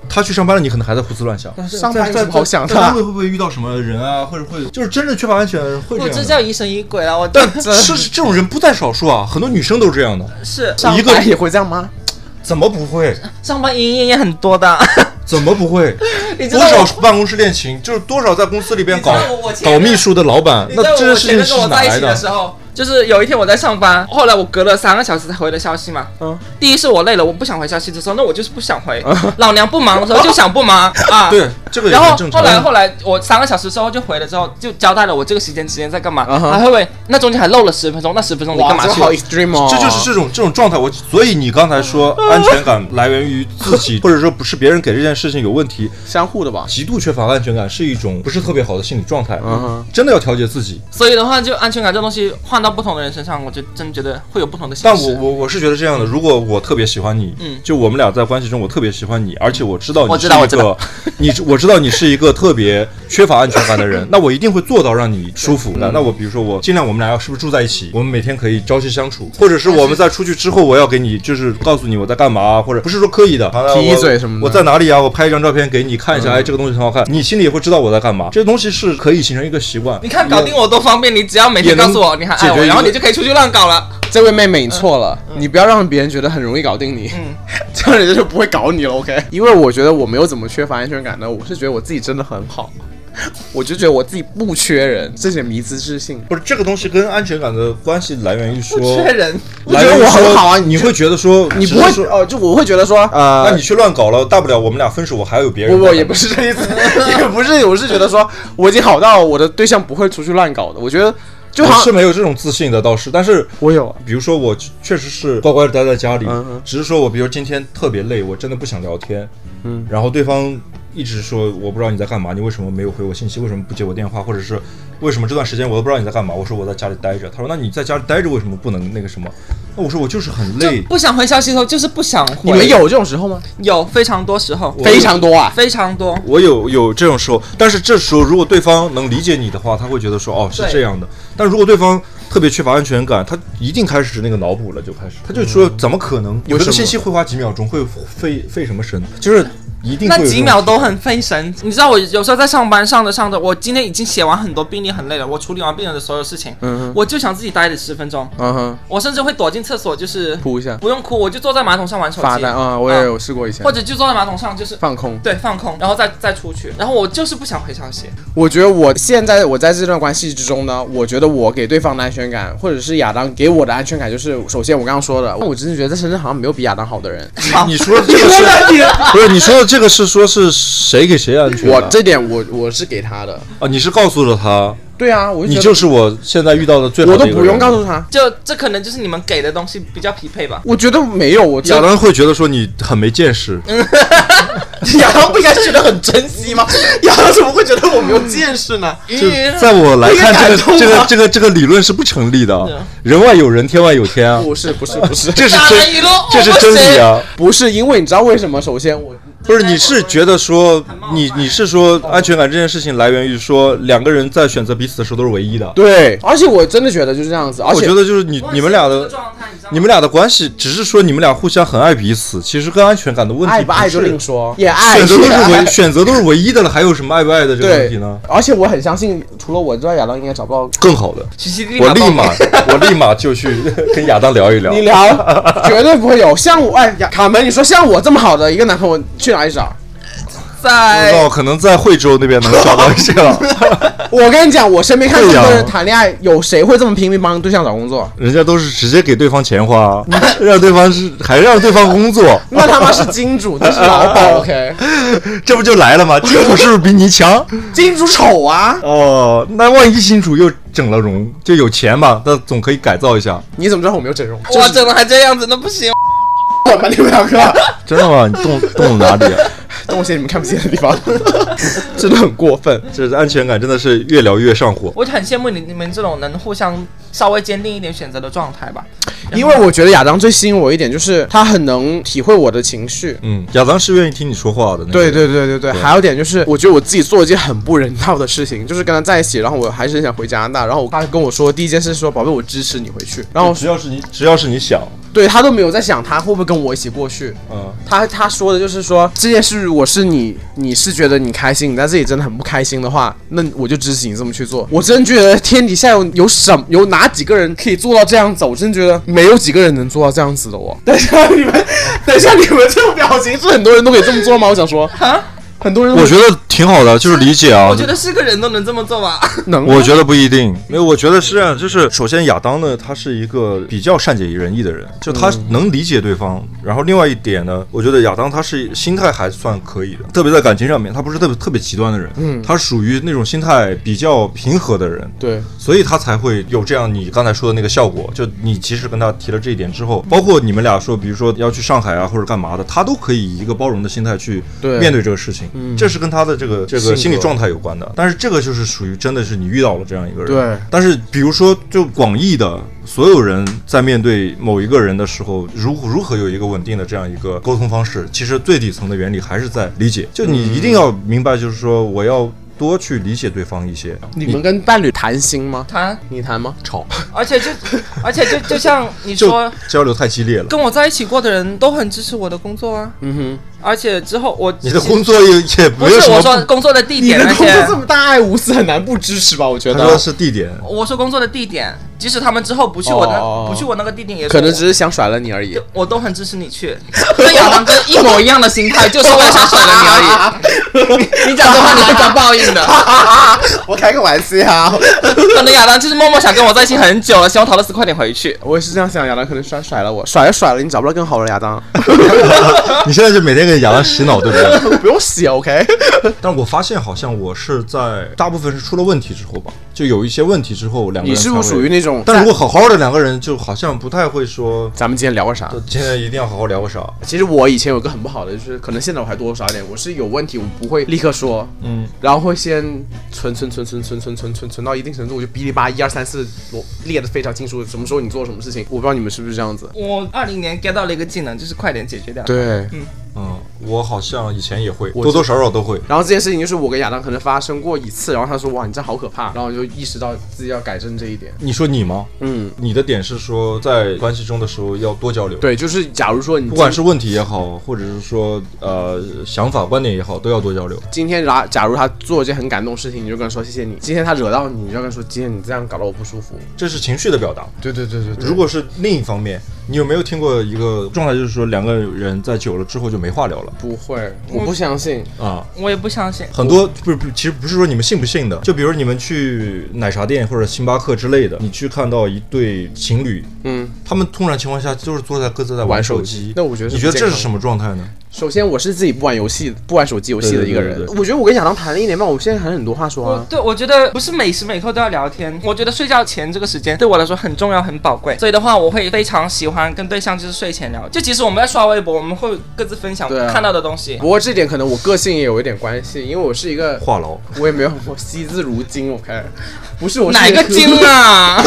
[SPEAKER 1] 他去上班了，你可能还在胡思乱想。啊
[SPEAKER 2] 上班有
[SPEAKER 1] 嗯在
[SPEAKER 2] 什么好想的
[SPEAKER 1] 在单位会不会遇到什么人啊？或者会就是真正缺乏安全的人会
[SPEAKER 3] 我
[SPEAKER 1] 这
[SPEAKER 3] 这
[SPEAKER 1] 样
[SPEAKER 3] 叫
[SPEAKER 1] 的。
[SPEAKER 3] 疑神疑鬼了，我
[SPEAKER 1] 但 是是这种人不在少数啊，很多女生都是这样的。
[SPEAKER 3] 是
[SPEAKER 1] 上一个
[SPEAKER 2] 上班也会这样吗？
[SPEAKER 1] 怎么不会？
[SPEAKER 3] 上班营业也很多的。
[SPEAKER 1] 怎么不会？
[SPEAKER 3] 你知
[SPEAKER 1] 多
[SPEAKER 3] 道我
[SPEAKER 1] 少办公室恋情，就是多少在公司里边
[SPEAKER 3] 你知道
[SPEAKER 1] 搞
[SPEAKER 3] 我我前
[SPEAKER 1] 搞
[SPEAKER 3] 任
[SPEAKER 1] 秘书的老板，
[SPEAKER 3] 你知
[SPEAKER 1] 那
[SPEAKER 3] 道
[SPEAKER 1] 这件
[SPEAKER 3] 我
[SPEAKER 1] 事
[SPEAKER 3] 前
[SPEAKER 1] 情
[SPEAKER 3] 任
[SPEAKER 1] 是
[SPEAKER 3] 跟我
[SPEAKER 1] 哪
[SPEAKER 3] 在一
[SPEAKER 1] 来
[SPEAKER 3] 起的
[SPEAKER 1] 的？
[SPEAKER 3] 时候，就是有一天我在上班，后来我隔了三个小时才回的消息嘛。
[SPEAKER 2] 嗯
[SPEAKER 3] 第一是我累了，我不想回消息的时候，那我就是不想回。 老娘不忙的时候就想不 忙啊。
[SPEAKER 1] 对。，这个也
[SPEAKER 3] 然
[SPEAKER 1] 很
[SPEAKER 3] 后
[SPEAKER 1] 正常。
[SPEAKER 3] 后来后来我三个小时之后就回了之后就交代了我这个时间时间在干嘛，
[SPEAKER 2] 嗯哼
[SPEAKER 3] 还会问那中间还漏了十分钟，那十分钟你
[SPEAKER 2] 哇，
[SPEAKER 3] 干嘛
[SPEAKER 2] 这个
[SPEAKER 3] 去
[SPEAKER 2] 好？extreme 哦！
[SPEAKER 1] 嗯这就是这种这种状态。我所以你刚才说
[SPEAKER 3] 嗯
[SPEAKER 1] 安全感来源于自己， 或者说不是别人给这件事情有问题，
[SPEAKER 2] 相互的吧？
[SPEAKER 1] 极度缺乏安全感是一种不是特别好的心理状态。
[SPEAKER 2] 嗯哼
[SPEAKER 1] 真的要调节自己。
[SPEAKER 3] 所以的话就安全感这东西换到不同的人身上，我就真觉得会有不同的形
[SPEAKER 1] 但
[SPEAKER 3] 式。
[SPEAKER 1] 我我我是觉得这样的，如果我特别喜欢你，
[SPEAKER 3] 嗯
[SPEAKER 1] 就我们俩在关系中，我特别喜欢你，而且我知道你
[SPEAKER 3] 我
[SPEAKER 1] 是
[SPEAKER 3] 知
[SPEAKER 1] 一
[SPEAKER 3] 道
[SPEAKER 1] 个，
[SPEAKER 3] 我知道
[SPEAKER 1] 你我知道你是一个特别缺乏安全感的人，那我一定会做到让你舒服。那那我比如说我尽量我们俩要是不是住在一起，我们每天可以朝夕相处，或者是我们在出去之后，我要给你就是告诉你我在干嘛，或者不是说刻意的，好那
[SPEAKER 2] 提一
[SPEAKER 1] 我
[SPEAKER 2] 嘴什么的
[SPEAKER 1] 我在哪里啊？我拍一张照片给你看一下，哎，这个东西很好看，你心里也会知道我在干嘛。这东西是可以形成一个习惯。
[SPEAKER 3] 你看搞定我多方便，你只要每天
[SPEAKER 1] 也能
[SPEAKER 3] 告诉我你还
[SPEAKER 1] 解
[SPEAKER 3] 爱
[SPEAKER 1] 决一
[SPEAKER 3] 我，
[SPEAKER 1] 个
[SPEAKER 3] 然后你就可以出去乱搞了。
[SPEAKER 2] 这位妹妹，你错了，你不要让别人觉得很容易搞定你，
[SPEAKER 3] 嗯
[SPEAKER 2] 这样人家就不会搞你了。OK，因为我觉得我没有怎么缺乏安全感呢，我是觉得我自己真的很好， 我就觉得我自己不缺人，这些迷之自信。
[SPEAKER 1] 不是这个东西跟安全感的关系来源于说，
[SPEAKER 3] 缺人，
[SPEAKER 2] 我
[SPEAKER 1] 来
[SPEAKER 2] 觉
[SPEAKER 1] 源于
[SPEAKER 2] 得我
[SPEAKER 1] 说
[SPEAKER 2] 很好啊，
[SPEAKER 1] 你
[SPEAKER 2] 你
[SPEAKER 1] 会觉得说
[SPEAKER 2] 你
[SPEAKER 1] 只
[SPEAKER 2] 不
[SPEAKER 1] 是
[SPEAKER 2] 会
[SPEAKER 1] 说
[SPEAKER 2] 哦，就我会觉得说，
[SPEAKER 1] 那
[SPEAKER 2] 呃
[SPEAKER 1] 你，去乱搞了，大不了我们俩分手，我还有别人。
[SPEAKER 2] 不不也不是这意思， 也不是，我是觉得说我已经好到我的对象不会出去乱搞的，我觉得就
[SPEAKER 1] 我
[SPEAKER 2] 好
[SPEAKER 1] 是
[SPEAKER 2] 像
[SPEAKER 1] 没有这种自信的，倒是，但是
[SPEAKER 2] 我有啊
[SPEAKER 1] 比如说我确实是乖乖的待在家里，
[SPEAKER 2] 嗯嗯
[SPEAKER 1] 只是说我比如今天特别累，我真的不想聊天，
[SPEAKER 2] 嗯，
[SPEAKER 1] 然后对方一直说我不知道你在干嘛，你为什么没有回我信息，为什么不接我电话，或者是为什么这段时间我都不知道你在干嘛，我说我在家里待着，他说那你在家里待着为什么不能那个什么？那我说我就是很累
[SPEAKER 3] 就，不想回消息的时候就是不想回。
[SPEAKER 2] 你们有这种时候吗？
[SPEAKER 3] 有非常多时候，
[SPEAKER 2] 非常多啊，
[SPEAKER 3] 非常多。
[SPEAKER 1] 我有有这种时候，但是这时候如果对方能理解你的话，他会觉得说哦是
[SPEAKER 3] 对
[SPEAKER 1] 这样的。但如果对方特别缺乏安全感，他一定开始那个脑补了，就开始他就说怎么可能？嗯有这个信息会花几秒钟，会费费什么神？就是一定会
[SPEAKER 3] 那
[SPEAKER 1] 有这种
[SPEAKER 3] 几秒都很费神，你知道我有时候在上班上着上着，我今天已经写完很多病例，很累了，我处理完病人的所有事情，
[SPEAKER 2] 嗯
[SPEAKER 3] 我就想自己待着十分钟，
[SPEAKER 2] 嗯哼，
[SPEAKER 3] 我甚至会躲进厕所，就是
[SPEAKER 2] 扑一下
[SPEAKER 3] 不用哭，我就坐在马桶上玩手
[SPEAKER 2] 发
[SPEAKER 3] 机
[SPEAKER 2] 呆
[SPEAKER 1] 哦
[SPEAKER 2] 啊，我也有试过以前
[SPEAKER 3] 或，者就坐在马桶上就是
[SPEAKER 2] 放空。
[SPEAKER 3] 对放空，然后再再出去，然后我就是不想回消息，
[SPEAKER 2] 我觉得我现在我在这段关系之中呢，我觉得我给对方的安全感，或者是亚当给我的安全感，就是首先我刚刚说的，我真的觉得在深圳好像没有比亚当好的人。
[SPEAKER 1] 你说的这个是不是？你说的这个是说是谁给谁安全
[SPEAKER 2] 我
[SPEAKER 1] 感？
[SPEAKER 2] 这点我我是给他的。
[SPEAKER 1] 啊，你是告诉了他，
[SPEAKER 2] 对啊，我
[SPEAKER 1] 你
[SPEAKER 2] 就
[SPEAKER 1] 就
[SPEAKER 2] 觉
[SPEAKER 1] 是我现在遇到的最
[SPEAKER 2] 得
[SPEAKER 1] 好
[SPEAKER 2] 我
[SPEAKER 1] 的
[SPEAKER 2] 都
[SPEAKER 1] 一个人。
[SPEAKER 2] 不用告诉他，
[SPEAKER 3] 就这可能就是你们给的东西比较匹配吧。
[SPEAKER 2] 我觉得没有，我
[SPEAKER 1] 亚当会觉得说你很没见识，
[SPEAKER 2] 亚当不应该觉得很珍惜吗？ 亚当怎么会觉得 我没有见识呢？
[SPEAKER 3] 嗯
[SPEAKER 1] 就在我来看，这
[SPEAKER 2] 我
[SPEAKER 1] 个
[SPEAKER 2] 也感动啊
[SPEAKER 1] 这个这个这个理论是不成立的。人外有人，天外有天啊，
[SPEAKER 2] 不是不是不是
[SPEAKER 1] 这是
[SPEAKER 3] 大
[SPEAKER 1] 真
[SPEAKER 3] 人语录，
[SPEAKER 1] 这是
[SPEAKER 3] 我不
[SPEAKER 1] 真理啊！
[SPEAKER 2] 不是，因为你知道为什么？首先我
[SPEAKER 1] 不是，你是觉得说你你是说安全感这件事情来源于说两个人在选择彼此的时候都是唯一的。
[SPEAKER 2] 对，而且我真的觉得就是这样子，而
[SPEAKER 1] 我
[SPEAKER 2] 且
[SPEAKER 1] 觉得就是你你们俩的
[SPEAKER 3] 状态，你知道吗
[SPEAKER 1] 你们俩的关系，只是说你们俩互相很爱彼此，其实跟安全感的问题
[SPEAKER 2] 爱不爱就另
[SPEAKER 1] 不是
[SPEAKER 2] 说，啊也爱
[SPEAKER 1] 选择都
[SPEAKER 2] 也爱
[SPEAKER 1] 是唯选择都是唯一的了，还有什么爱不爱的这个问题
[SPEAKER 2] 对
[SPEAKER 1] 呢？，
[SPEAKER 2] 而且我很相信，除了我之外，亚当应该找 不到。
[SPEAKER 1] 更好的，
[SPEAKER 3] 学习
[SPEAKER 1] 我立
[SPEAKER 3] 立
[SPEAKER 1] 马我立马就去跟亚当聊一聊
[SPEAKER 2] 你。聊， 绝对不会有像我哎呀，卡门，你说像我这么好的一个男朋友去哪里找？
[SPEAKER 3] 在
[SPEAKER 1] 哦，可能在惠州那边能找到一些 了，
[SPEAKER 2] 我跟你讲，我身边看这么多
[SPEAKER 1] 对呀
[SPEAKER 2] 人谈恋爱，有谁会这么拼命帮对象找工作？
[SPEAKER 1] 人家都是直接给对方钱花，啊让对方是还让对方工作，
[SPEAKER 2] 那他妈是金主，那是老板。OK，
[SPEAKER 1] 这不就来了吗？金主是不是比你强？
[SPEAKER 2] 金主丑啊！
[SPEAKER 1] 哦，那万一金主又整了容，就有钱嘛，那总可以改造一下。
[SPEAKER 2] 你怎么知道我没有整容？
[SPEAKER 3] 哇，整的还这样子，那不行。
[SPEAKER 2] 我们你们两 个
[SPEAKER 1] 真的吗？你 动动了哪里、啊？
[SPEAKER 2] 动些你们看不见的地方， 真的很过分。
[SPEAKER 1] 这安全感真的是越聊越上火。
[SPEAKER 3] 我就很羡慕你你们这种能互相稍微坚定一点选择的状态吧。
[SPEAKER 2] 因为我觉得亚当最吸引我一点就是他很能体会我的情绪。
[SPEAKER 1] 嗯，亚当是愿意听你说话的。那个
[SPEAKER 2] 对
[SPEAKER 1] 人
[SPEAKER 2] 对对对对，还有点就是，我觉得我自己做了一件很不人道的事情，就是跟他在一起，然后我还是很想回加拿大，然后他跟我说第一件事是说，宝贝，我支持你回去，然后
[SPEAKER 1] 只要是你，只要是你想，
[SPEAKER 2] 对他都没有在想他会不会跟我一起过去，
[SPEAKER 1] 嗯，
[SPEAKER 2] 他他说的就是说这件事，我是你，你是觉得你开心，你在这里真的很不开心的话，那我就支持你这么去做。我真觉得天底下有有什有哪几个人可以做到这样子？我真觉得没有几个人能做到这样子的哦。等一下你们， 等一下你们这种表情是很多人都可以这么做吗？我想 说，
[SPEAKER 3] 啊，
[SPEAKER 2] 很多人都
[SPEAKER 1] 我觉得挺好的，就是理解啊。
[SPEAKER 3] 我觉得是个人都能这么做 吧。
[SPEAKER 2] 能
[SPEAKER 1] 我觉得不一定，没有，我觉得是这样，就是首先亚当呢，他是一个比较善解人意的人，就他能理解对方。然后另外一点呢，我觉得亚当他是心态还算可以的，特别在感情上面，他不是特别特别极端的人，嗯，他属于那种心态比较平和的人，
[SPEAKER 2] 对。
[SPEAKER 1] 所以他才会有这样你刚才说的那个效果。就你其实跟他提了这一点之后，包括你们俩说，比如说要去上海啊或者干嘛的，他都可以以一个包容的心态去
[SPEAKER 2] 对嗯
[SPEAKER 1] 面对这个事情。这是跟他的这个这
[SPEAKER 2] 性
[SPEAKER 1] 个
[SPEAKER 2] 格
[SPEAKER 1] 心理状态有关的。但是这个就是属于真的是你遇到了这样一个人。
[SPEAKER 2] 嗯对
[SPEAKER 1] 但是比如说就广义的。所有人在面对某一个人的时候，如如何有一个稳定的这样一个沟通方式，其实最底层的原理还是在理解。就你一定要明白，就是说我要多去理解对方一些。
[SPEAKER 2] 你们跟伴侣谈心吗？
[SPEAKER 3] 谈，
[SPEAKER 2] 你谈吗？吵，
[SPEAKER 3] 而 且就，而且就就像你
[SPEAKER 1] 就
[SPEAKER 3] 说，
[SPEAKER 1] 交流太激烈了。
[SPEAKER 3] 跟我在一起过的人都很支持我的工作啊。
[SPEAKER 2] 嗯哼，
[SPEAKER 3] 而且之后我
[SPEAKER 1] 你的工作也也
[SPEAKER 3] 不
[SPEAKER 1] 没有
[SPEAKER 3] 是
[SPEAKER 1] 什么
[SPEAKER 3] 我说工作的地
[SPEAKER 2] 你
[SPEAKER 3] 点
[SPEAKER 2] 的
[SPEAKER 3] 那
[SPEAKER 2] 工作
[SPEAKER 3] 些
[SPEAKER 2] 这，么大爱无私，很难不支持吧？我觉
[SPEAKER 1] 他说
[SPEAKER 2] 得，
[SPEAKER 1] 是地点，
[SPEAKER 3] 我说工作的地点，即使他们之后不去我那、
[SPEAKER 2] 哦
[SPEAKER 3] 不去我那个地点也是
[SPEAKER 2] 可能
[SPEAKER 3] 我
[SPEAKER 2] 只是想甩了你而已。
[SPEAKER 3] 我都很支持你去，跟亚当哥一模一样的心态，就是我想甩
[SPEAKER 2] 啊
[SPEAKER 3] 了你 而已。你你讲这话你会遭报应的。
[SPEAKER 2] 啊 我开个玩笑，
[SPEAKER 3] 可能亚当就是默默想跟我在一起很久了，希望陶乐斯快点回去。
[SPEAKER 2] 我也是这样想。亚当可能甩甩了我，甩就甩了，你找不到更好的亚当，
[SPEAKER 1] 你现在就每天给亚当洗脑，对不对？
[SPEAKER 2] 不用洗，OK？啊
[SPEAKER 1] 但我发现好像我是在大部分是出了问题之后吧，就有一些问题之后，两个人
[SPEAKER 2] 你是不
[SPEAKER 1] 才
[SPEAKER 2] 是
[SPEAKER 1] 会
[SPEAKER 2] 属于那种
[SPEAKER 1] 但如果好好的两个人，就好像不太会说，
[SPEAKER 2] 咱们今天聊个啥？
[SPEAKER 1] 今天一定要好好聊个啥。
[SPEAKER 2] 其实我以前有个很不好的，就是可能现在我还多少一点，我是有问题我不会立刻说，
[SPEAKER 1] 嗯，
[SPEAKER 2] 然后会先存存存存存存存存存到一定程度，我就哔哩吧一二三四罗列的非常清楚，什么时候你做什么事情，我不知道你们是不是这样子。
[SPEAKER 3] 我二零年 get 到了一个技能，就是快点解决掉。
[SPEAKER 2] 对，
[SPEAKER 1] 嗯，我好像以前也会，
[SPEAKER 2] 我
[SPEAKER 1] 多多少少都会。
[SPEAKER 2] 然后这件事情就是我跟亚当可能发生过一次，然后他说哇你这好可怕，然后我就意识到自己要改正这一点。
[SPEAKER 1] 你说你吗？
[SPEAKER 2] 嗯，
[SPEAKER 1] 你的点是说在关系中的时候要多交流，，
[SPEAKER 2] 对，就是假如说你
[SPEAKER 1] 不管是问题也好，或者是说呃想法观点也好，都要多交流。
[SPEAKER 2] 今天假假如他做一件很感动的事情，你就跟他说谢谢你；今天他惹到你，你就跟他说今天你这样搞得我不舒服。
[SPEAKER 1] 这是情绪的表达。
[SPEAKER 2] 对对对对
[SPEAKER 1] 如果是另一方面，你有没有听过一个状态，就是说两个人在久了之后就没话聊了
[SPEAKER 2] 不会，
[SPEAKER 3] 嗯
[SPEAKER 2] 我不相信。
[SPEAKER 1] 啊？
[SPEAKER 3] 我也不相信。
[SPEAKER 1] 很多不是，不是其实不是说你们信不信的，就比如你们去奶茶店或者星巴克之类的，你去看到一对情侣，
[SPEAKER 2] 嗯，
[SPEAKER 1] 他们通常情况下就是坐在各自在
[SPEAKER 2] 玩
[SPEAKER 1] 玩
[SPEAKER 2] 手
[SPEAKER 1] 手
[SPEAKER 2] 机
[SPEAKER 1] 机。
[SPEAKER 2] 那我觉得是
[SPEAKER 1] 你觉得
[SPEAKER 2] 不健
[SPEAKER 1] 这是
[SPEAKER 2] 康
[SPEAKER 1] 什么状态呢？
[SPEAKER 2] 首先，我是自己不玩游戏、不玩手机游戏的一个人。
[SPEAKER 1] 对对对对
[SPEAKER 2] 我觉得我跟亚当谈了一年半，我现在还有很多话说
[SPEAKER 3] 我
[SPEAKER 2] 啊。
[SPEAKER 3] 对我觉得不是每时每刻都要聊天，我觉得睡觉前这个时间对我来说很重要、很宝贵，所以的话，我会非常喜欢跟对象就是睡前聊。就即使我们在刷微博，我们会各自分享
[SPEAKER 2] 对啊
[SPEAKER 3] 看到的东西。
[SPEAKER 2] 不过这点可能我个性也有一点关系，因为我是一个，
[SPEAKER 1] 话 痨。
[SPEAKER 2] 我也没有我惜字如金，OK？不是我是
[SPEAKER 3] 哪个 精？啊？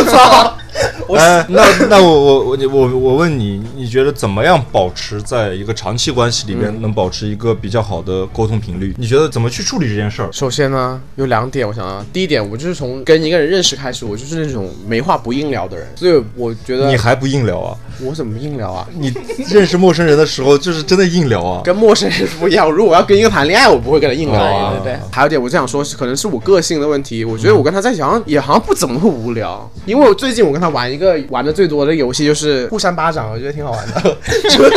[SPEAKER 2] 我是
[SPEAKER 1] 哎，那那我我我我我问你，你觉得怎么样保持在一个长期关系里
[SPEAKER 2] 嗯
[SPEAKER 1] 边能保持一个比较好的沟通频率？你觉得怎么去处理这件事儿？
[SPEAKER 2] 首先呢，有两点我想啊，第一点，我就是从跟一个人认识开始，我就是那种没话不硬聊的人，所以我觉得
[SPEAKER 1] 你还不硬聊啊？
[SPEAKER 2] 我怎么硬聊啊？
[SPEAKER 1] 你认识陌生人的时候就是真的硬聊啊？
[SPEAKER 2] 跟陌生人不一样，如果我要跟一个谈恋爱，我不会跟他硬聊啊。
[SPEAKER 1] 对对
[SPEAKER 3] 对
[SPEAKER 2] 还有一点，我就想说，是可能是我个性的问题。我觉得我跟他在一起好像也好像不怎么会无聊，因为我最近我跟他玩一个玩的最多的游戏就是互扇巴掌，我觉得挺好玩的。就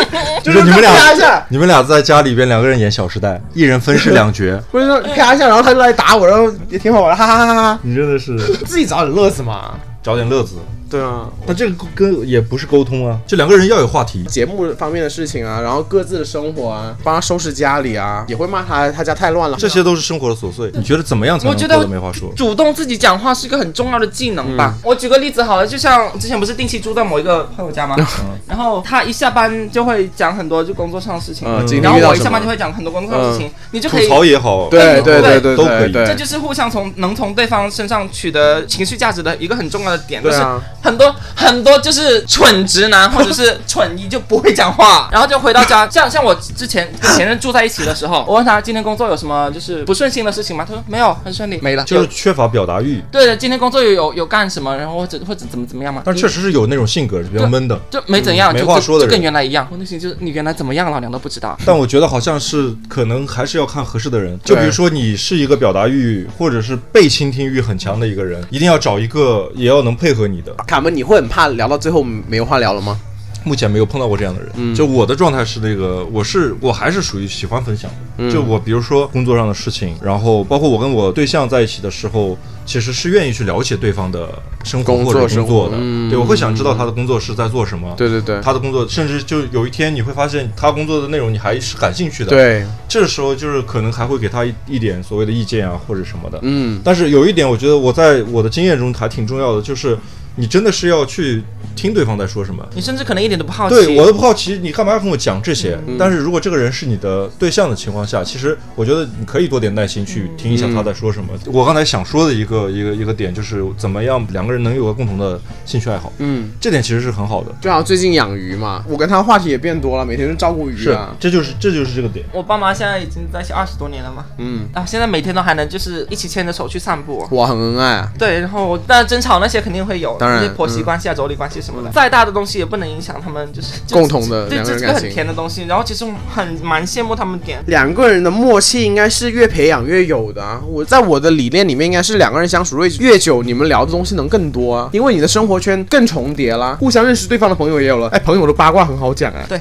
[SPEAKER 1] 就是你们
[SPEAKER 2] 啪一下
[SPEAKER 1] 俩，，你们俩在家里边两个人演《小时代》，一人分饰 两角，
[SPEAKER 2] 不是说啪一下，然后他就来打我，然后也挺好玩的， 哈哈哈哈哈。
[SPEAKER 1] 你真的是
[SPEAKER 2] 自己找点乐子嘛。
[SPEAKER 1] 找点乐子。
[SPEAKER 2] 对啊，
[SPEAKER 1] 但这个跟也不是沟通啊，就两个人要有话题。
[SPEAKER 2] 节目方面的事情啊，然后各自的生活啊，帮他收拾家里啊，也会骂他他家太乱了。
[SPEAKER 1] 这些都是生活的琐碎，你觉得怎么样才
[SPEAKER 3] 我
[SPEAKER 1] 能
[SPEAKER 3] 觉
[SPEAKER 1] 做
[SPEAKER 3] 得
[SPEAKER 1] 得没话说？
[SPEAKER 3] 主动自己讲话是一个很重要的技能
[SPEAKER 2] 嗯
[SPEAKER 3] 吧。我举个例子好了，就像之前不是定期住在某一个朋友家吗？
[SPEAKER 2] 嗯
[SPEAKER 3] 然后他一下班就会讲很多就工作上的事情，
[SPEAKER 2] 呃，今
[SPEAKER 3] 然
[SPEAKER 2] 天遇
[SPEAKER 3] 后
[SPEAKER 2] 到
[SPEAKER 3] 我一
[SPEAKER 2] 什
[SPEAKER 3] 下班就
[SPEAKER 2] 么？
[SPEAKER 3] 会讲很多工作上的
[SPEAKER 2] 嗯
[SPEAKER 3] 事情，你就
[SPEAKER 1] 吐
[SPEAKER 3] 可以。
[SPEAKER 1] 槽也好，
[SPEAKER 2] 对对对
[SPEAKER 3] 对
[SPEAKER 2] 对
[SPEAKER 1] 都
[SPEAKER 2] 对
[SPEAKER 1] 可以
[SPEAKER 2] 对
[SPEAKER 3] 这就是互相从能从对方身上取得情绪价值的一个很重要的点，就
[SPEAKER 2] 对
[SPEAKER 3] 是
[SPEAKER 2] 啊
[SPEAKER 3] 很多很多就是蠢直男或者是蠢一就不会 讲话，然后就回到家，像像我之前跟前任住在一起的时候，我问他今天工作有什么就是不顺心的事情吗？他说没有，很顺利，
[SPEAKER 2] 没了，
[SPEAKER 1] 就是缺乏表达欲。
[SPEAKER 3] 对的，今天工作有有有干什么，然后或者或者怎么怎么样嘛？
[SPEAKER 1] 但
[SPEAKER 3] 你
[SPEAKER 1] 确实是有那种性格是比较闷的，
[SPEAKER 3] 就没怎样，
[SPEAKER 1] 没
[SPEAKER 3] 就
[SPEAKER 1] 话
[SPEAKER 3] 就
[SPEAKER 1] 说的
[SPEAKER 3] 就跟
[SPEAKER 1] 人
[SPEAKER 3] 原来一样。我内心就是你原来怎么样，老娘都不知道。
[SPEAKER 1] 但我觉得好像是可能还是要看合适的人。就比如说你是一个表达欲或者是被倾听欲很强的一个人，一定要找一个也要能配合你的。
[SPEAKER 2] 卡门，你会很怕聊到最后没有话聊了吗？
[SPEAKER 1] 目前没有碰到过这样的人。
[SPEAKER 2] 嗯
[SPEAKER 1] 就我的状态是那个，我是我还是属于喜欢分享的。
[SPEAKER 2] 嗯
[SPEAKER 1] 就我比如说工作上的事情，然后包括我跟我对象在一起的时候，其实是愿意去了解对方的生活
[SPEAKER 2] 工
[SPEAKER 1] 或
[SPEAKER 2] 作
[SPEAKER 1] 者工
[SPEAKER 2] 生活
[SPEAKER 1] 作的。
[SPEAKER 2] 嗯
[SPEAKER 1] 对，我会想知道他的工作是在做什么。
[SPEAKER 2] 对对对
[SPEAKER 1] 他的工作，甚至就有一天你会发现他工作的内容你还是感兴趣的。，
[SPEAKER 2] 对，
[SPEAKER 1] 这时候就是可能还会给他一一点所谓的意见啊，或者什么的。
[SPEAKER 2] 嗯，
[SPEAKER 1] 但是有一点，我觉得我在我的经验中还挺重要的，就是你真的是要去听对方在说什么。
[SPEAKER 3] 你甚至可能一点都不好奇。
[SPEAKER 1] 对，我都不好奇你干嘛要跟我讲这些。
[SPEAKER 2] 嗯
[SPEAKER 1] 但是如果这个人是你的对象的情况下，其实我觉得你可以多点耐心去听一下他在说什么。
[SPEAKER 2] 嗯
[SPEAKER 1] 我刚才想说的一个一个一个点就是，怎么样两个人能有个共同的兴趣爱好，
[SPEAKER 2] 嗯，
[SPEAKER 1] 这点其实是很好的。
[SPEAKER 2] 就好像最近养鱼嘛，我跟他话题也变多了，每天就照顾鱼
[SPEAKER 1] 是
[SPEAKER 2] 啊，。
[SPEAKER 1] 这就是这就是这个点。
[SPEAKER 3] 我爸妈现在已经在一起二十多年了嘛，
[SPEAKER 2] 嗯，
[SPEAKER 3] 啊，现在每天都还能就是一起牵着手去散步。
[SPEAKER 2] 哇，很恩爱啊。
[SPEAKER 3] 对，然后但争吵那些肯定会有，
[SPEAKER 2] 当然
[SPEAKER 3] 一些婆媳关系啊、妯娌关系什么的，再大的东西也不能影响他们就是就
[SPEAKER 2] 共同的
[SPEAKER 3] 对，
[SPEAKER 2] 两个
[SPEAKER 3] 这
[SPEAKER 2] 人
[SPEAKER 3] 这个
[SPEAKER 2] 感
[SPEAKER 3] 很
[SPEAKER 2] 情
[SPEAKER 3] 甜的东西。然后其实我很蛮羡慕他们点
[SPEAKER 2] 两个人的默契应该是越培养越有的、啊。我在我的理念里面，应该是两个人相处越越久，你们聊的东西能更多啊，因为你的生活圈更重叠啦，互相认识对方的朋友也有了。哎，朋友的八卦很好讲啊，
[SPEAKER 3] 对，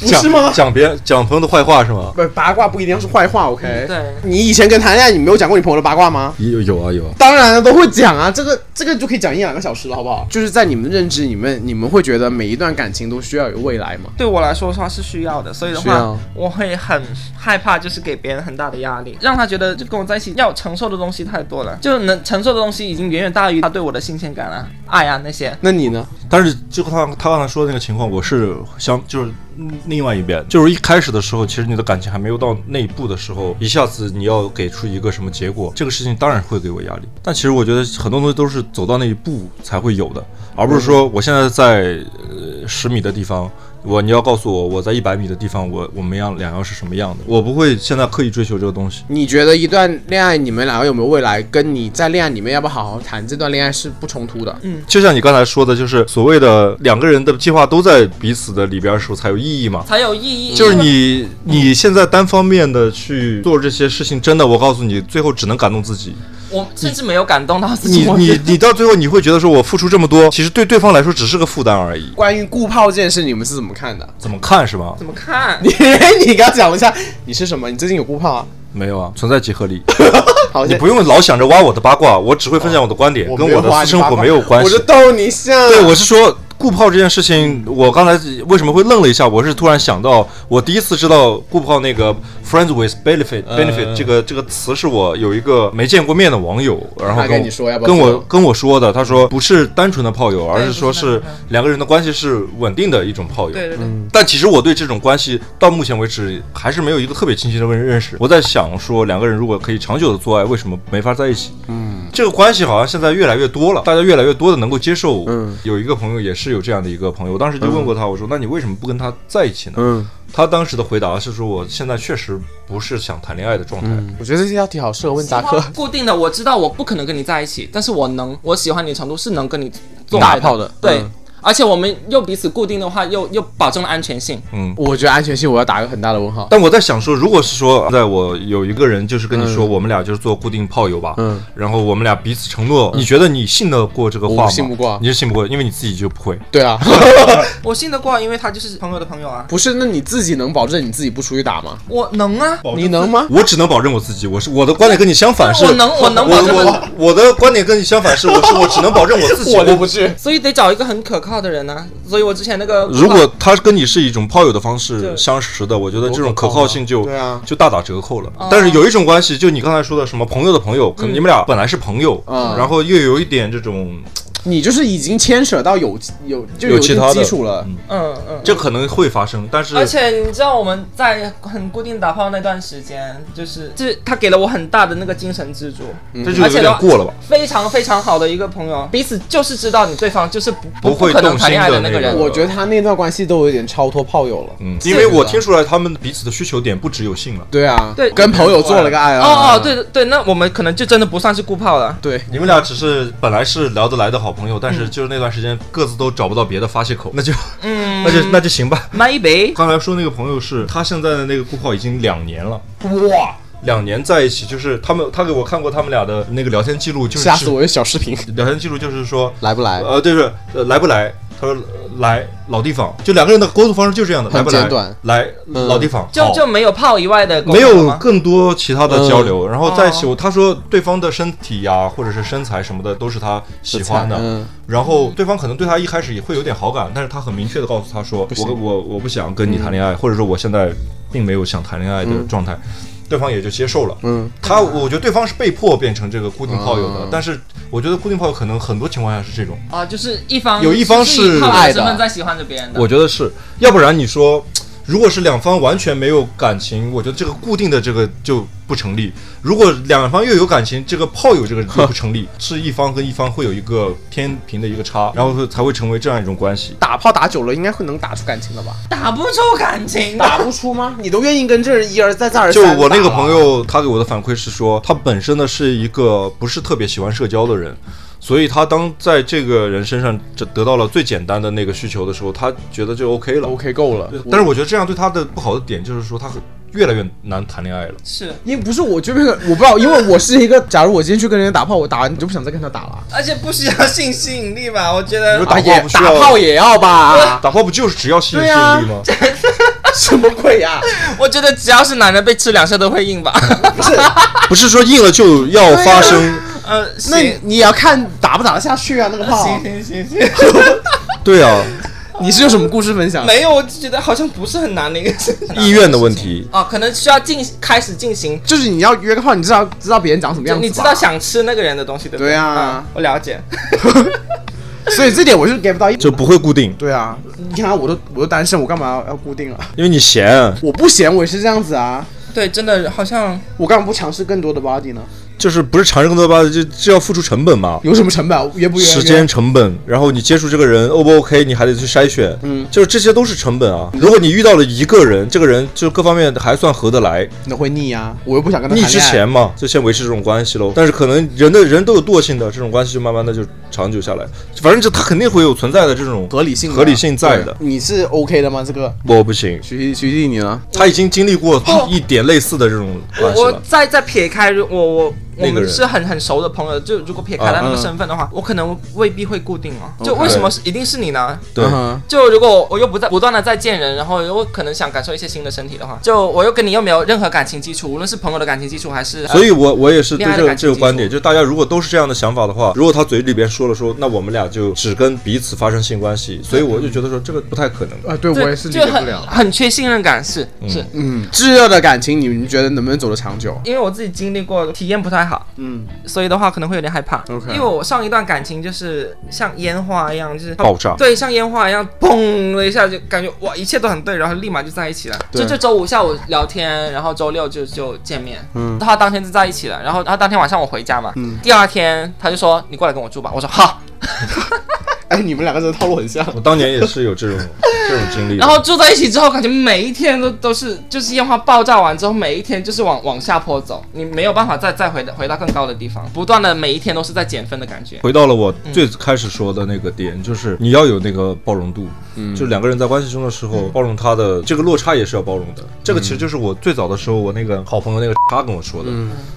[SPEAKER 2] 不
[SPEAKER 1] 讲
[SPEAKER 2] 是吗？
[SPEAKER 1] 讲别人讲朋友的坏话是吗？
[SPEAKER 2] 不，八卦不一定是坏话，OK？
[SPEAKER 3] 嗯对
[SPEAKER 2] 你以前跟谈恋爱，你没有讲过你朋友的八卦吗？
[SPEAKER 1] 有有啊有啊，
[SPEAKER 2] 当然了，都会讲啊，这个这个就可以讲一两个小时了，好不好？就是在你们的认知里面，你们会觉得每一段感情都需要有未来吗？
[SPEAKER 3] 对我来说的话是需要的，所以的
[SPEAKER 2] 需
[SPEAKER 3] 话
[SPEAKER 2] 要，
[SPEAKER 3] 我会很害怕，就是给别人很大的压力，让他觉得就跟我在一起要承受的东西太多了，就能承受的东西已经远远大于他对我的新鲜感啊、爱啊那些。
[SPEAKER 2] 那你呢？
[SPEAKER 1] 但是就他他刚才说的那个情况，我是相就是另外一边，就是一开始的时候，其实你的感情还没有到那一步的时候，一下子你要给出一个什么结果，这个事情当然会给我压力。但其实我觉得很多东西都是走到那一步才会有的，而不是说我现在在呃十米的地方。我你要告诉我，我在一百米的地方，我我们样两样是什么样的？我不会现在刻意追求这个东西。
[SPEAKER 2] 你觉得一段恋爱你们两个有没有未来，跟你在恋爱里面要不要好好谈这段恋爱是不冲突的。
[SPEAKER 3] 嗯
[SPEAKER 1] 就像你刚才说的，就是所谓的两个人的计划都在彼此的里边的时候才有意义嘛。
[SPEAKER 3] 才有意
[SPEAKER 2] 嗯
[SPEAKER 3] 义，
[SPEAKER 1] 就是你你现在单方面的去做这些事情，真的，我告诉你，最后只能感动自己。
[SPEAKER 3] 我甚至没有感动到
[SPEAKER 2] 嗯
[SPEAKER 3] 自己
[SPEAKER 1] 你。
[SPEAKER 3] 我觉
[SPEAKER 1] 你
[SPEAKER 3] 得
[SPEAKER 1] 你到最后你会觉得说，我付出这么多，其实对对方来说只是个负担而已。
[SPEAKER 2] 关于顾炮这件事，你们是怎么看的？
[SPEAKER 1] 怎么看是吧？
[SPEAKER 2] 嗯
[SPEAKER 3] 怎么看？
[SPEAKER 2] 你你刚讲了一下，你是什么？你最近有顾炮啊？
[SPEAKER 1] 没有啊，存在即合理。
[SPEAKER 2] 好，
[SPEAKER 1] 你
[SPEAKER 2] 现在
[SPEAKER 1] 不用老想着挖我的八卦，我只会分享我的观点，跟
[SPEAKER 2] 没有
[SPEAKER 1] 我的
[SPEAKER 2] 花
[SPEAKER 1] 私生活
[SPEAKER 2] 你八卦
[SPEAKER 1] 没有关系
[SPEAKER 2] 我就。逗你笑。
[SPEAKER 1] 对，我是说顾炮这件事情，我刚才为什么会愣了一下？我是突然想到，我第一次知道顾炮那个 “friends with benefit”
[SPEAKER 2] 嗯
[SPEAKER 1] benefit 这个这个词，是我有一个没见过面的网友，然后
[SPEAKER 2] 他
[SPEAKER 1] 跟
[SPEAKER 2] 跟
[SPEAKER 1] 我
[SPEAKER 2] 你说要不要
[SPEAKER 1] 跟我
[SPEAKER 2] 做嗯
[SPEAKER 1] 跟我说的，他说不是单纯的炮友，而
[SPEAKER 3] 对
[SPEAKER 1] 是说
[SPEAKER 3] 不是单纯
[SPEAKER 1] 是
[SPEAKER 3] 的
[SPEAKER 1] 两个人的关系是稳定的一种炮友。
[SPEAKER 3] 对对对，
[SPEAKER 2] 嗯
[SPEAKER 1] 但其实我对这种关系到目前为止还是没有一个特别清晰的认认识。我在想说，两个人如果可以长久的做爱，为什么没法在一起？嗯，这个关系好像现在越来越多了，大家越来越多的能够接受。
[SPEAKER 2] 嗯，
[SPEAKER 1] 有一个朋友也是有这样的一个朋友，我当时就问过他，我说：“那你为什么不跟他在一起呢？”
[SPEAKER 2] 嗯，
[SPEAKER 1] 他当时的回答是说：“我现在确实不是想谈恋爱的状态。
[SPEAKER 2] 我觉得这道题好适合问达克。
[SPEAKER 3] 固定的，我知道我不可能跟你在一起，但是我能，我喜欢你的程度是能跟你做
[SPEAKER 2] 打
[SPEAKER 3] 爱
[SPEAKER 2] 炮的
[SPEAKER 3] 对。
[SPEAKER 2] 嗯
[SPEAKER 3] 而且我们又彼此固定的话，又又保证了安全性。
[SPEAKER 1] 嗯，
[SPEAKER 2] 我觉得安全性我要打个很大的问号。
[SPEAKER 1] 但我在想说，如果是说，在我有一个人就是跟你说，我们俩就是做固定炮友吧，
[SPEAKER 2] 嗯，
[SPEAKER 1] 然后我们俩彼此承诺，你觉得你信得过这个话吗？
[SPEAKER 2] 我信不过
[SPEAKER 1] 你是信不过，因为你自己就不会。
[SPEAKER 2] 对啊，
[SPEAKER 3] 我信得过，啊因为他就是朋友的朋友啊。
[SPEAKER 2] 不是，那你自己能保证你自己不出去打吗？
[SPEAKER 3] 我能啊，
[SPEAKER 2] 你能吗？
[SPEAKER 1] 我只能保证我自己，我是我的观点跟你相反是，
[SPEAKER 3] 我能我能保证
[SPEAKER 1] 我我我的观点跟你相反是，我是我只能保证我自 己。
[SPEAKER 2] 都去。
[SPEAKER 3] 所以得找一个很可靠的人啊。所以我之前那个，
[SPEAKER 1] 如果他跟你是一种炮友的方式
[SPEAKER 3] 对
[SPEAKER 1] 相识的，我觉得这种
[SPEAKER 2] 多可
[SPEAKER 1] 可
[SPEAKER 2] 靠啊
[SPEAKER 1] 靠性就
[SPEAKER 2] 对啊
[SPEAKER 1] 就大打折扣
[SPEAKER 3] 哦
[SPEAKER 1] 了。但是有一种关系，就你刚才说的什么朋友的朋友，可能你们俩本来是朋友，
[SPEAKER 2] 嗯
[SPEAKER 1] 然后又有一点这种
[SPEAKER 2] 你就是已经牵扯到有有就
[SPEAKER 1] 有
[SPEAKER 2] 一
[SPEAKER 1] 其
[SPEAKER 2] 定
[SPEAKER 1] 他的
[SPEAKER 2] 基础了。
[SPEAKER 1] 嗯
[SPEAKER 3] 嗯嗯，
[SPEAKER 1] 这可能会发生，但是
[SPEAKER 3] 而且你知道我们在很固定打炮那段时间，就是就是他给了我很大的那个精神支柱，
[SPEAKER 1] 嗯这就有点过了吧？
[SPEAKER 3] 非常非常好的一个朋友，彼此就是知道你对方就是不
[SPEAKER 1] 不会
[SPEAKER 3] 可能
[SPEAKER 1] 动
[SPEAKER 3] 谈恋爱
[SPEAKER 1] 心
[SPEAKER 3] 的
[SPEAKER 1] 的
[SPEAKER 3] 那个
[SPEAKER 1] 那
[SPEAKER 3] 人。
[SPEAKER 1] 种
[SPEAKER 2] 我觉得他那段关系都有点超脱炮友了。
[SPEAKER 1] 嗯，因为我听出来他们彼此的需求点不只有性了。
[SPEAKER 2] 对啊，
[SPEAKER 3] 对
[SPEAKER 2] 跟朋友做了个爱啊。
[SPEAKER 3] 哦哦，对对，那我们可能就真的不算是固炮了。
[SPEAKER 2] 对，
[SPEAKER 1] 你们俩只是本来是聊得来的好朋友，但是就是那段时间各自都找不到别的发泄口，那就，嗯， 那就那就行吧。
[SPEAKER 3] Maybe，
[SPEAKER 1] 刚才说那个朋友是他现在的那个顾浩已经两年了，哇，两年在一起，就是他们他给我看过他们俩的那个聊天记录，就是
[SPEAKER 2] 吓死我！有小视频，
[SPEAKER 1] 聊天记录就是说
[SPEAKER 2] 来不来？
[SPEAKER 1] 呃，就是呃来不来？他说呃来老地方，就两个人的沟通方式就这样的，
[SPEAKER 2] 很
[SPEAKER 1] 来不来？
[SPEAKER 2] 简短
[SPEAKER 1] 来
[SPEAKER 2] 嗯
[SPEAKER 1] 老地方，
[SPEAKER 3] 就
[SPEAKER 1] 好
[SPEAKER 3] 就没有炮以外的沟通
[SPEAKER 1] 没有
[SPEAKER 3] 吗
[SPEAKER 1] 更多其他的交流，然后在一起，他说对方的身体呀、或者是身材什么的，都是他喜欢的。
[SPEAKER 2] 嗯
[SPEAKER 1] 然后对方可能对他一开始也会有点好感，但是他很明确的告诉他说，我我我不想跟你谈恋爱，或者说我现在并没有想谈恋爱的状态，对方也就接受了。
[SPEAKER 2] 嗯，
[SPEAKER 1] 他我觉得对方是被迫变成这个固定炮友的，
[SPEAKER 2] 啊
[SPEAKER 1] 但是我觉得固定炮友可能很多情况下是这种。
[SPEAKER 3] 啊，就是一方
[SPEAKER 1] 有一方
[SPEAKER 3] 是
[SPEAKER 1] 是
[SPEAKER 3] 以炮友
[SPEAKER 2] 爱的
[SPEAKER 3] 身份在喜欢着别人的。
[SPEAKER 1] 我觉得是，要不然你说，如果是两方完全没有感情，我觉得这个固定的这个就不成立；如果两方又有感情，这个炮友这个就不成立，是一方跟一方会有一个天平的一个差，然后会才会成为这样一种关系。
[SPEAKER 2] 打炮打久了，应该会能打出感情了吧？
[SPEAKER 3] 打不出感情，
[SPEAKER 2] 打不出吗？你都愿意跟这人一而再再而啊
[SPEAKER 1] 就
[SPEAKER 2] 三地打了。
[SPEAKER 1] 我那个朋友，他给我的反馈是说，他本身呢是一个不是特别喜欢社交的人，所以他当在这个人身上这得到了最简单的那个需求的时候，他觉得就 OK 了。
[SPEAKER 2] OK 够了。
[SPEAKER 1] 但是我觉得这样对他的不好的点就是说，他很越来越难谈恋爱了。
[SPEAKER 3] 是，
[SPEAKER 2] 因为不是我这边，我不知道，因为我是一个，假如我今天去跟人家打炮，我打完你就不想再跟他打了。
[SPEAKER 3] 而且不需要性吸引力吧？我觉得
[SPEAKER 1] 你说打炮不需要
[SPEAKER 2] 打炮也要吧？
[SPEAKER 1] 打炮不就是只要吸引吸
[SPEAKER 2] 对啊
[SPEAKER 1] 引力吗？
[SPEAKER 2] 什么鬼 呀、
[SPEAKER 3] 我觉得只要是男的被吃两下都会硬吧。
[SPEAKER 1] 不是说硬了就要发生。
[SPEAKER 3] 呃，行
[SPEAKER 2] 那你也要看打不打得下去啊，那个炮。
[SPEAKER 3] 行行行行，
[SPEAKER 1] 对啊，
[SPEAKER 2] 你是有什么故事分享？
[SPEAKER 3] 没有，我就觉得好像不是很难的一个事情啊
[SPEAKER 1] 啊意愿的问题。
[SPEAKER 3] 哦，可能需要进开始进行，
[SPEAKER 2] 就是你要约个炮，你至少知道别人长什么
[SPEAKER 3] 就
[SPEAKER 2] 样子吧，
[SPEAKER 3] 你知道想吃那个人的东西对不
[SPEAKER 2] 对
[SPEAKER 3] 啊
[SPEAKER 2] 啊
[SPEAKER 3] 我了解。
[SPEAKER 2] 所以这点我就 get 不到。
[SPEAKER 1] 就不会固定，
[SPEAKER 2] 对啊，你看我都我都单身，我干嘛要要固定啊？
[SPEAKER 1] 因为你闲，
[SPEAKER 2] 我不嫌我也是这样子啊，
[SPEAKER 3] 对，真的好像
[SPEAKER 2] 我干嘛不尝试更多的 body 呢？
[SPEAKER 1] 就是不是尝试更多吧，就就要付出成本嘛，
[SPEAKER 2] 有什么成本？约不约？
[SPEAKER 1] 时间
[SPEAKER 2] 约
[SPEAKER 1] 成本，然后你接触这个人 O 不 OK，你还得去筛选，嗯，就是这些都是成本啊。如果你遇到了一个人，这个人就各方面还算合得来，
[SPEAKER 2] 你都会腻啊，我又不想跟他
[SPEAKER 1] 腻
[SPEAKER 2] 谈
[SPEAKER 1] 之
[SPEAKER 2] 恋爱。
[SPEAKER 1] 前嘛，就先维持这种关系喽。但是可能人的人都有惰性的，这种关系就慢慢的就长久下来，反正就他肯定会有存在的这种
[SPEAKER 2] 合理性的
[SPEAKER 1] 合理性在的
[SPEAKER 2] 对。你是 OK 的吗？这个
[SPEAKER 1] 我不行，
[SPEAKER 2] 徐徐徐弟你呢？
[SPEAKER 1] 他已经经历过一点类似的这种关系
[SPEAKER 3] 哦我
[SPEAKER 1] 了。
[SPEAKER 3] 再再撇开如我我我
[SPEAKER 1] 那个
[SPEAKER 3] 们
[SPEAKER 1] 人
[SPEAKER 3] 是很很熟的朋友，就如果撇开
[SPEAKER 1] 啊
[SPEAKER 3] 他那个
[SPEAKER 2] 嗯
[SPEAKER 3] 身份的话，我可能未必会固定哦。就为什么是一定是你呢？
[SPEAKER 1] 对，
[SPEAKER 2] 嗯哼
[SPEAKER 3] 就如果我又不在不断的在见人，然后我可能想感受一些新的身体的话，就我又跟你又没有任何感情基础，无论是朋友的感情基础还是
[SPEAKER 1] 所以我我也是对
[SPEAKER 3] 恋爱
[SPEAKER 1] 这
[SPEAKER 3] 的
[SPEAKER 1] 个
[SPEAKER 3] 感
[SPEAKER 1] 这
[SPEAKER 3] 情
[SPEAKER 1] 个
[SPEAKER 3] 基
[SPEAKER 1] 观
[SPEAKER 3] 础
[SPEAKER 1] 点，就大家如果都是这样的想法的话，如果他嘴里边说了说，那我们俩就只跟彼此发生性关系，所以我就觉得说这个不太可能。
[SPEAKER 2] 啊，对
[SPEAKER 3] 呃
[SPEAKER 2] 我也
[SPEAKER 3] 就是
[SPEAKER 2] 理
[SPEAKER 3] 就
[SPEAKER 2] 解不
[SPEAKER 3] 很
[SPEAKER 2] 了。
[SPEAKER 3] 很缺信任感，是是。
[SPEAKER 2] 嗯，炙热的感情，你们觉得能不能走得长久？
[SPEAKER 3] 因为我自己经历过，体验不太好，
[SPEAKER 2] 嗯，
[SPEAKER 3] 所以的话可能会有点害怕。
[SPEAKER 2] OK
[SPEAKER 3] 因为我上一段感情就是像烟花一样，就是
[SPEAKER 1] 爆炸
[SPEAKER 3] 对，像烟花一样，砰的一下就感觉哇，一切都很对，然后立马就在一起了。
[SPEAKER 2] 对
[SPEAKER 3] 就就周五下午聊天，然后周六就就见面。
[SPEAKER 2] 嗯
[SPEAKER 3] 他当天就在一起了，然后他当天晚上我回家嘛，第二天他就说你过来跟我住吧，我说好，
[SPEAKER 2] 哎，你们两个人的套路很像。
[SPEAKER 1] 我当年也是有这种这种经历的，
[SPEAKER 3] 然后住在一起之后，感觉每一天都都是就是烟花爆炸完之后，每一天就是往往下坡走，你没有办法再再回到回到更高的地方，不断的每一天都是在减分的感觉。
[SPEAKER 1] 回到了我最开始说的那个点，就是你要有那个包容度，就两个人在关系中的时候，包容他的这个落差也是要包容的。这个其实就是我最早的时候，我那个好朋友那个他跟我说的，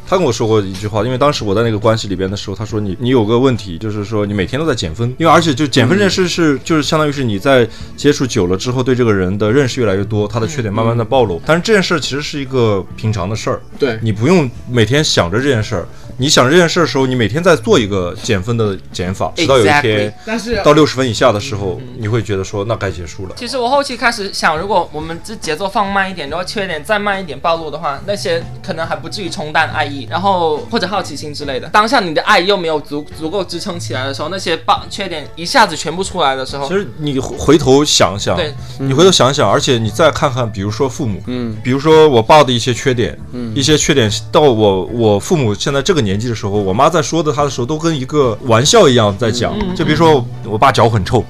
[SPEAKER 1] 他跟我说过一句话，因为当时我在那个关系里边的时候，他说你你有个问题，就是说你每天都在减分，因为而且就减分这件事是就是相当于是你在接触久了之后，对这个人的认识越来越多，他的缺点慢慢的暴露。但是这件事其实是一个平常的事儿，
[SPEAKER 2] 对
[SPEAKER 1] 你不用每天想着这件事儿。你想着这件事儿的时候，你每天在做一个减分的减法，直到有一
[SPEAKER 3] Exactly
[SPEAKER 1] 天
[SPEAKER 2] 但是
[SPEAKER 1] 到六十分以下的时候，你会觉得说那该结束了。
[SPEAKER 3] 其实我后期开始想，如果我们这节奏放慢一点，然后缺点再慢一点暴露的话，那些可能还不至于冲淡爱意，然后或者好奇心之类的。当下你的爱又没有足足够支撑起来的时候，那些暴缺点一下子全部出来的时候
[SPEAKER 1] 其，实你回回头想想
[SPEAKER 3] 对，
[SPEAKER 1] 你回头想想，而且你再看看，比如说父母，嗯，比如说我爸的一些缺点，嗯，一些缺点到我我父母现在这个年纪的时候，我妈在说的他的时候，都跟一个玩笑一样在讲。就比如说我爸脚很臭，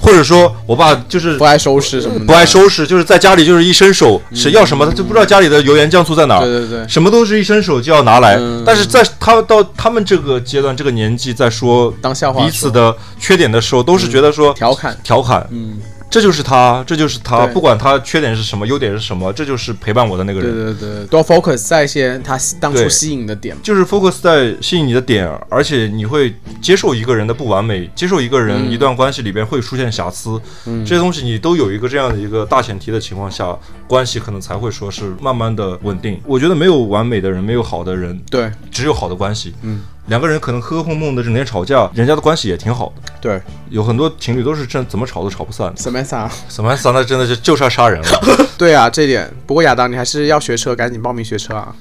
[SPEAKER 1] 或者说我爸就是
[SPEAKER 2] 不爱收拾什么的，
[SPEAKER 1] 不爱收拾，就是在家里就是一伸手，谁要什么他就不知道家里的油盐酱醋在哪儿，
[SPEAKER 2] 嗯对对对
[SPEAKER 1] 什么都是一伸手就要拿来。
[SPEAKER 2] 嗯
[SPEAKER 1] 但是在他到他们这个阶段、这个年纪，在说
[SPEAKER 2] 当笑话
[SPEAKER 1] 彼此的缺点的时候，都是觉得说、
[SPEAKER 2] 调侃
[SPEAKER 1] 调侃，
[SPEAKER 2] 嗯，
[SPEAKER 1] 这就是他，这就是他，
[SPEAKER 2] 对
[SPEAKER 1] 不管他缺点是什么，优点是什么，这就是陪伴我的那个
[SPEAKER 2] 对
[SPEAKER 1] 人。
[SPEAKER 2] 对对，多 focus 在一些他当初
[SPEAKER 1] 对
[SPEAKER 2] 吸引的点。
[SPEAKER 1] 就是 focus 在吸引你的点，而且你会接受一个人的不完美，接受一个人一段关系里边会出现瑕疵，这些东西你都有一个这样的一个大前提的情况下，关系可能才会说是慢慢的稳定。我觉得没有完美的人，没有好的人，
[SPEAKER 2] 对
[SPEAKER 1] 只有好的关系。嗯，两个人可能磕磕碰碰的，整天吵架，人家的关系也挺好的。
[SPEAKER 2] 对
[SPEAKER 1] 有很多情侣都是真怎么吵都吵不散的。
[SPEAKER 2] ，Samantha，
[SPEAKER 1] 怎么散那真的是就差杀人了。
[SPEAKER 2] 对啊，这点。不过亚当，你还是要学车，赶紧报名学车啊！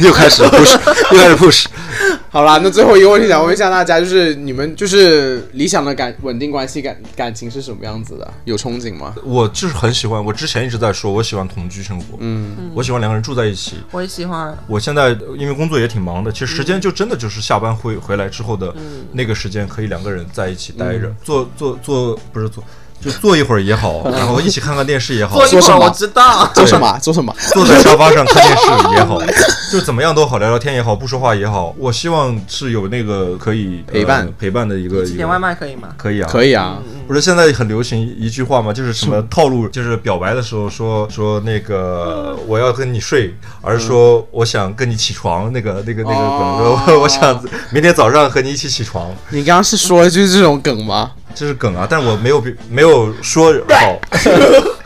[SPEAKER 1] 又开始 push，又开始 push。
[SPEAKER 2] 好啦，那最后一个问题想问一下大家，就是你们就是理想的感稳定关系感感情是什么样子的？有憧憬吗？
[SPEAKER 1] 我就是很喜欢，我之前一直在说，我喜欢同居生活。嗯，我喜欢两个人住在一起。
[SPEAKER 3] 我也喜欢。啊
[SPEAKER 1] 我现在呃因为工作也挺忙的，其
[SPEAKER 3] 嗯
[SPEAKER 1] 实时间就真的就是下班
[SPEAKER 3] 嗯
[SPEAKER 1] 回回来之后的那个时间，可以两个人在一起待着，做做做不是做就坐一会儿也 好，然后一起看看电视也好
[SPEAKER 3] 坐，一
[SPEAKER 2] 说
[SPEAKER 3] 会
[SPEAKER 2] 什
[SPEAKER 3] 儿
[SPEAKER 2] 么
[SPEAKER 3] 我知道，
[SPEAKER 2] 做什么 啊做什么？
[SPEAKER 1] 坐在沙发上看电视也好，就怎么样都好，聊聊天也好，不说话也好。我希望是有那个可以呃
[SPEAKER 2] 陪伴
[SPEAKER 1] 陪伴的一个一个
[SPEAKER 3] 点外卖可以吗？
[SPEAKER 1] 可以啊，
[SPEAKER 2] 可以啊，
[SPEAKER 1] 不是现在很流行一句话吗？就是什么套路，就是表白的时候说说那个我要跟你睡，而是说我想跟你起床，那个那个那个梗，
[SPEAKER 2] 哦
[SPEAKER 1] 说我想明天早上和你一起起床，
[SPEAKER 2] 你刚刚是说就是这种梗吗？
[SPEAKER 1] 这是梗啊，但我没有没有说好，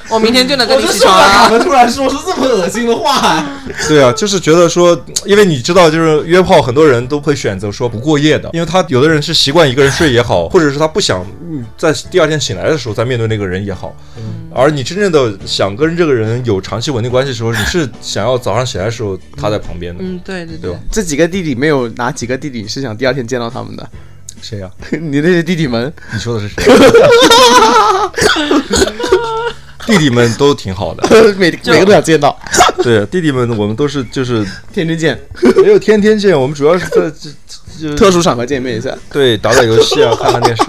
[SPEAKER 3] 我明天就能跟你起床
[SPEAKER 2] 我
[SPEAKER 3] 啊！
[SPEAKER 2] 们突然说出这么恶心的话？
[SPEAKER 1] 对啊，就是觉得说，因为你知道，就是约炮，很多人都会选择说不过夜的，因为他有的人是习惯一个人睡也 好，或者是他不想嗯在第二天醒来的时候再面对那个人也好。而你真正的想跟这个人有长期稳定关系的时候，你是想要早上起来的时候他在旁边的，
[SPEAKER 3] 嗯，对对
[SPEAKER 1] 对
[SPEAKER 3] 对
[SPEAKER 1] 吧，？
[SPEAKER 2] 这几个弟弟没有哪几个弟弟是想第二天见到他们的？
[SPEAKER 1] 谁呀、
[SPEAKER 2] 你那些弟弟们，
[SPEAKER 1] 你说的是 谁？弟弟们都挺好的，
[SPEAKER 2] 每每个都想见到，
[SPEAKER 1] 对弟弟们，我们都是就是
[SPEAKER 2] 天天见，
[SPEAKER 1] 没有天天见，我们主要是在就
[SPEAKER 2] 特殊场合见面一下。
[SPEAKER 1] 对打打游戏啊，看看电视。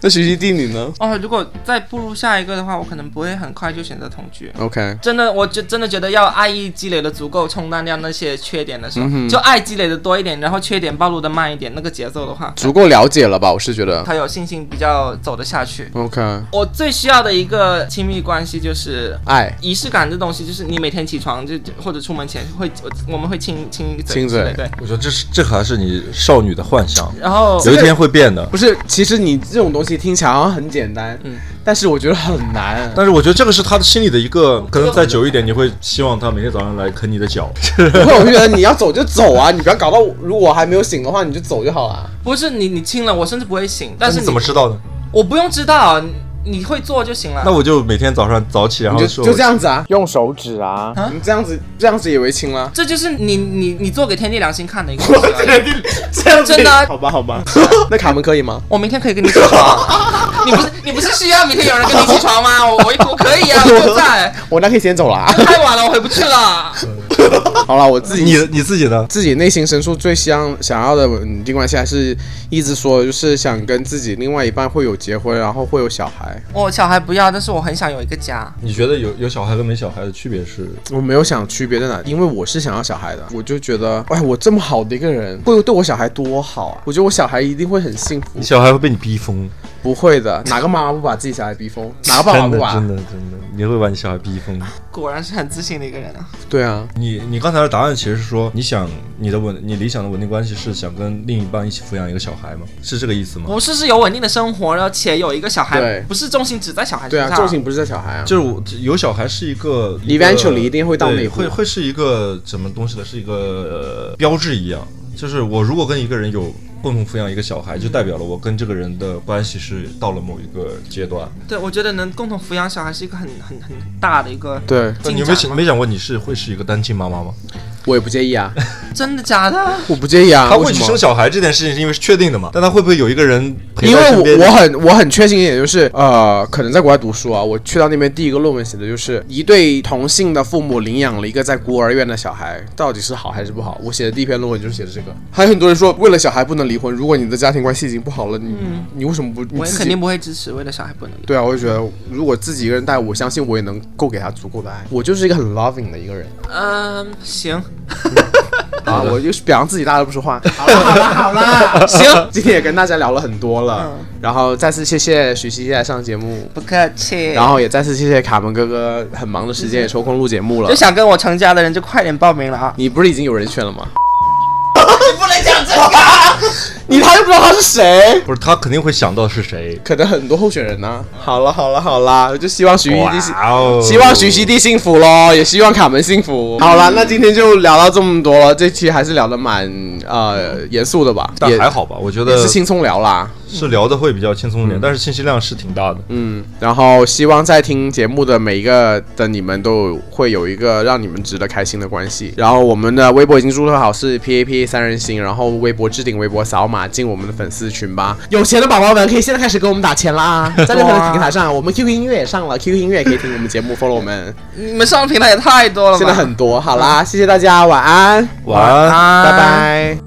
[SPEAKER 2] 那学习弟你呢
[SPEAKER 3] 哦，如果再步入下一个的话，我可能不会很快就选择同居。
[SPEAKER 2] ？OK，
[SPEAKER 3] 真的，我就真的觉得要爱意积累的足够，冲淡掉那些缺点的时候，就爱积累的多一点，然后缺点暴露的慢一点，那个节奏的话，
[SPEAKER 2] 足够了解了吧？我是觉得
[SPEAKER 3] 才有信心比较走得下去。
[SPEAKER 2] OK，
[SPEAKER 3] 我最需要的一个亲密关系就是
[SPEAKER 2] 爱
[SPEAKER 3] 仪式感这东西，就是你每天起床就就或者出门前会，我我们会亲亲嘴
[SPEAKER 2] 亲
[SPEAKER 3] 之类
[SPEAKER 2] 嘴
[SPEAKER 3] 对。
[SPEAKER 1] 我觉得这是这还是你少女的幻想，
[SPEAKER 3] 然
[SPEAKER 2] 哦
[SPEAKER 3] 后
[SPEAKER 1] 有一天会变的。
[SPEAKER 2] 不是，其实你这种东西听起来好像很简单，
[SPEAKER 3] 嗯
[SPEAKER 2] 但是我觉得很 难。
[SPEAKER 1] 但是我觉得这个是他的心里的一个，可能再久一点，你会希望他每天早上来啃你的 脚。
[SPEAKER 2] 不会，我就觉得你要走就走啊，你不要搞到我如果我还没有醒的话你就走就好了。
[SPEAKER 3] 不是你你亲了，我甚至不会醒，但是
[SPEAKER 1] 你怎么知道呢？
[SPEAKER 3] 我不用知道，你你会做就行了。
[SPEAKER 1] 那我就每天早上早起，然
[SPEAKER 2] 你
[SPEAKER 1] 后
[SPEAKER 2] 就
[SPEAKER 1] 说
[SPEAKER 2] 就这，样子啊，用手指啊，你这样子这样子也为亲 了。
[SPEAKER 3] 这就是你你你做给天地良心看的一个东西而已。
[SPEAKER 2] 这样
[SPEAKER 3] 子真的啊
[SPEAKER 2] 好吧，好吧。 那卡门可以吗？
[SPEAKER 3] 我明天可以跟你起 床。你不是你不是需要明天有人跟你起床吗？我我我可以啊，我就在。
[SPEAKER 2] 我那可以先走了 啊。
[SPEAKER 3] 太晚了，我回不去了。
[SPEAKER 2] 好了，我自己
[SPEAKER 1] 你你自己呢？
[SPEAKER 2] 自己内心深处最想想要的嗯稳定关系，还是一直说就是想跟自己另外一半会有结婚，然后会有小孩。
[SPEAKER 3] 我小孩不要，但是我很想有一个家。
[SPEAKER 1] 你觉得有有小孩跟没小孩的区别是？
[SPEAKER 2] 我没有想区别在哪，因为我是想要小孩的，我就觉得，哎，我这么好的一个人，会对我小孩多好啊！我觉得我小孩一定会很幸福
[SPEAKER 1] 你。小孩会被你逼疯，
[SPEAKER 2] 不会的，哪个妈妈不把自己小孩逼疯？哪个爸爸
[SPEAKER 1] 真
[SPEAKER 2] 不
[SPEAKER 1] 的
[SPEAKER 2] 把
[SPEAKER 1] 真？的真的，你会把你小孩逼疯。
[SPEAKER 3] 果然是很自信的一个人啊。
[SPEAKER 2] 对啊，
[SPEAKER 1] 你你刚才的答案其实是说，你想你的稳你理想的稳定关系是想跟另一半一起抚养一个小孩吗？是这个意思吗？
[SPEAKER 3] 不是是有稳定的生活，而且有一个小孩
[SPEAKER 2] 对，
[SPEAKER 3] 不是重心只在小孩
[SPEAKER 2] 对
[SPEAKER 3] 身
[SPEAKER 2] 啊，
[SPEAKER 3] 上。
[SPEAKER 2] 重心不是在小孩啊。
[SPEAKER 1] 就是我有小孩是一个
[SPEAKER 2] Eventually 一定会到
[SPEAKER 1] 对
[SPEAKER 2] 那一步
[SPEAKER 1] 会会是一个什么东西的，是一个、呃标志一样。就是我如果跟一个人有共同抚养一个小孩，就代表了我跟这个人的关系是到了某一个阶段。
[SPEAKER 3] 对，我觉得能共同抚养小孩是一个很很很大的一个。
[SPEAKER 2] 对，
[SPEAKER 1] 那你
[SPEAKER 3] 进
[SPEAKER 1] 没
[SPEAKER 3] 展吗
[SPEAKER 1] 想没想过你是会是一个单亲妈妈吗？
[SPEAKER 2] 我也不介意啊，
[SPEAKER 3] 真的假的？
[SPEAKER 2] 我不介意啊。
[SPEAKER 1] 她会
[SPEAKER 2] 为
[SPEAKER 1] 去
[SPEAKER 2] 什么
[SPEAKER 1] 生小孩这件事情是因为是确定的嘛？但她会不会有一个人陪
[SPEAKER 2] 因
[SPEAKER 1] 在身
[SPEAKER 2] 为
[SPEAKER 1] 边？
[SPEAKER 2] 我我很我很确信一点就是，呃，可能在国外读书啊，我去到那边第一个论文写的就是一对同性的父母领养了一个在孤儿院的小孩，到底是好还是不好？我写的第一篇论文就是写的这个。还有很多人说，为了小孩不能离婚，如果你的家庭关系已经不好了，你、你为什么不你
[SPEAKER 3] 嗯我也
[SPEAKER 2] 自
[SPEAKER 3] 肯
[SPEAKER 2] 己
[SPEAKER 3] 定？不会支持，为了小孩不能。
[SPEAKER 2] 对啊，我就觉得如果自己一个人带，我相信我也能够给他足够的爱。我就是一个很 loving 的一个 人
[SPEAKER 3] 嗯，行
[SPEAKER 2] 啊，我就是表扬自己，大家都不说 话。好啦好啦好啦，行， 今天也跟大家聊了很多了，然后再次谢谢许熙来上节目。
[SPEAKER 3] 不客气。
[SPEAKER 2] 然后也再次谢谢卡门哥哥，很忙的时间也抽空录节目了
[SPEAKER 3] 就。想跟我成家的人就快点报名了啊！
[SPEAKER 2] 你不是已经有人选 了吗？ 你不能讲这个，你他又不知道他是谁，
[SPEAKER 1] 不是，她肯定会想到是谁。
[SPEAKER 2] 可能很多候选人呢、好了好了好啦，我就希望徐熙娣幸，
[SPEAKER 1] 哦
[SPEAKER 2] 希望徐熙娣幸福咯，也希望卡门幸福。好啦，那今天就聊到这么多了，这期还是聊得蛮呃严肃的吧，
[SPEAKER 1] 但
[SPEAKER 2] 也
[SPEAKER 1] 还好吧，我觉
[SPEAKER 2] 也
[SPEAKER 1] 得
[SPEAKER 2] 是轻松聊啦。
[SPEAKER 1] 是聊的会比较轻松一点，但是信息量是挺大的。
[SPEAKER 2] 嗯，然后希望在听节目的每一个的你们都会有一个让你们值得开心的关系。然后我们的微博已经注册好是 P A P A 三人行，然后微博置顶微博扫码进我们的粉丝群吧。有钱的宝宝们可以现在开始给我们打钱啦，在任何的平台上，我们 QQ 音乐也上了，QQ 音乐也可以听我们节目 follow 我们，
[SPEAKER 3] 你们上的平台也太多了吧？
[SPEAKER 2] 现在很多。好啦，谢谢大家，晚安，
[SPEAKER 3] 哎
[SPEAKER 1] 晚安
[SPEAKER 2] 拜拜。